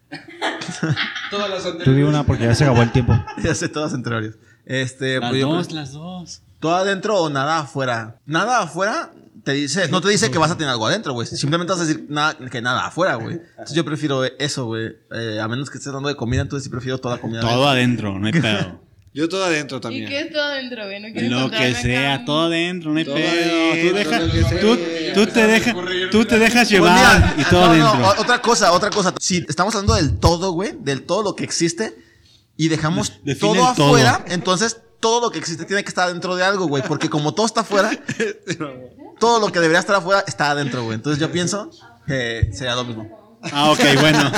E: Todas las
F: Tú di
E: anteriores.
F: una porque ya se acabó el tiempo.
A: ya sé todas entre varios. Este,
D: Las
A: pues yo-
D: dos, las dos.
A: ¿Todo adentro o nada afuera? Nada afuera te dice, no te dice que vas a tener algo adentro, güey. Simplemente vas a decir nada, que nada afuera, güey. Entonces yo prefiero eso, güey. Eh, a menos que estés dando de comida, entonces sí prefiero toda comida.
D: Todo adentro, no hay pedo.
E: Yo todo adentro
B: ¿Y
E: también.
B: qué es todo adentro, güey? No quiero
D: Lo
B: encontrarme
D: que
B: acá
D: sea,
B: un-
D: todo adentro, no hay
E: Todo
D: pedo.
E: adentro,
D: Tú, deja-
E: todo lo que
D: tú-
E: sea.
D: tú te dejas, tú te dejas
A: Pues mira,
D: llevar y todo
A: no, no,
D: adentro.
A: o- otra cosa, otra cosa. Si estamos hablando del todo, güey, del todo lo que existe y dejamos
D: De- define
A: todo
D: el todo.
A: afuera, entonces todo lo que existe tiene que estar dentro de algo, güey. Porque como todo está afuera, todo lo que debería estar afuera está adentro, güey. Entonces yo pienso que sería lo mismo.
D: Ah, ok, bueno.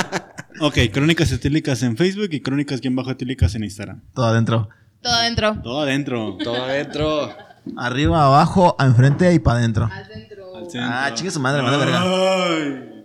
D: Ok, Crónicas Etílicas en Facebook y Crónicas bien bajo Etílicas en Instagram.
A: Todo adentro.
B: Todo adentro.
D: Todo adentro.
E: Todo adentro.
A: Arriba, abajo, enfrente y para adentro.
B: Adentro.
D: Al centro.
A: Ah, chingue su madre, me da verga.
D: Ay.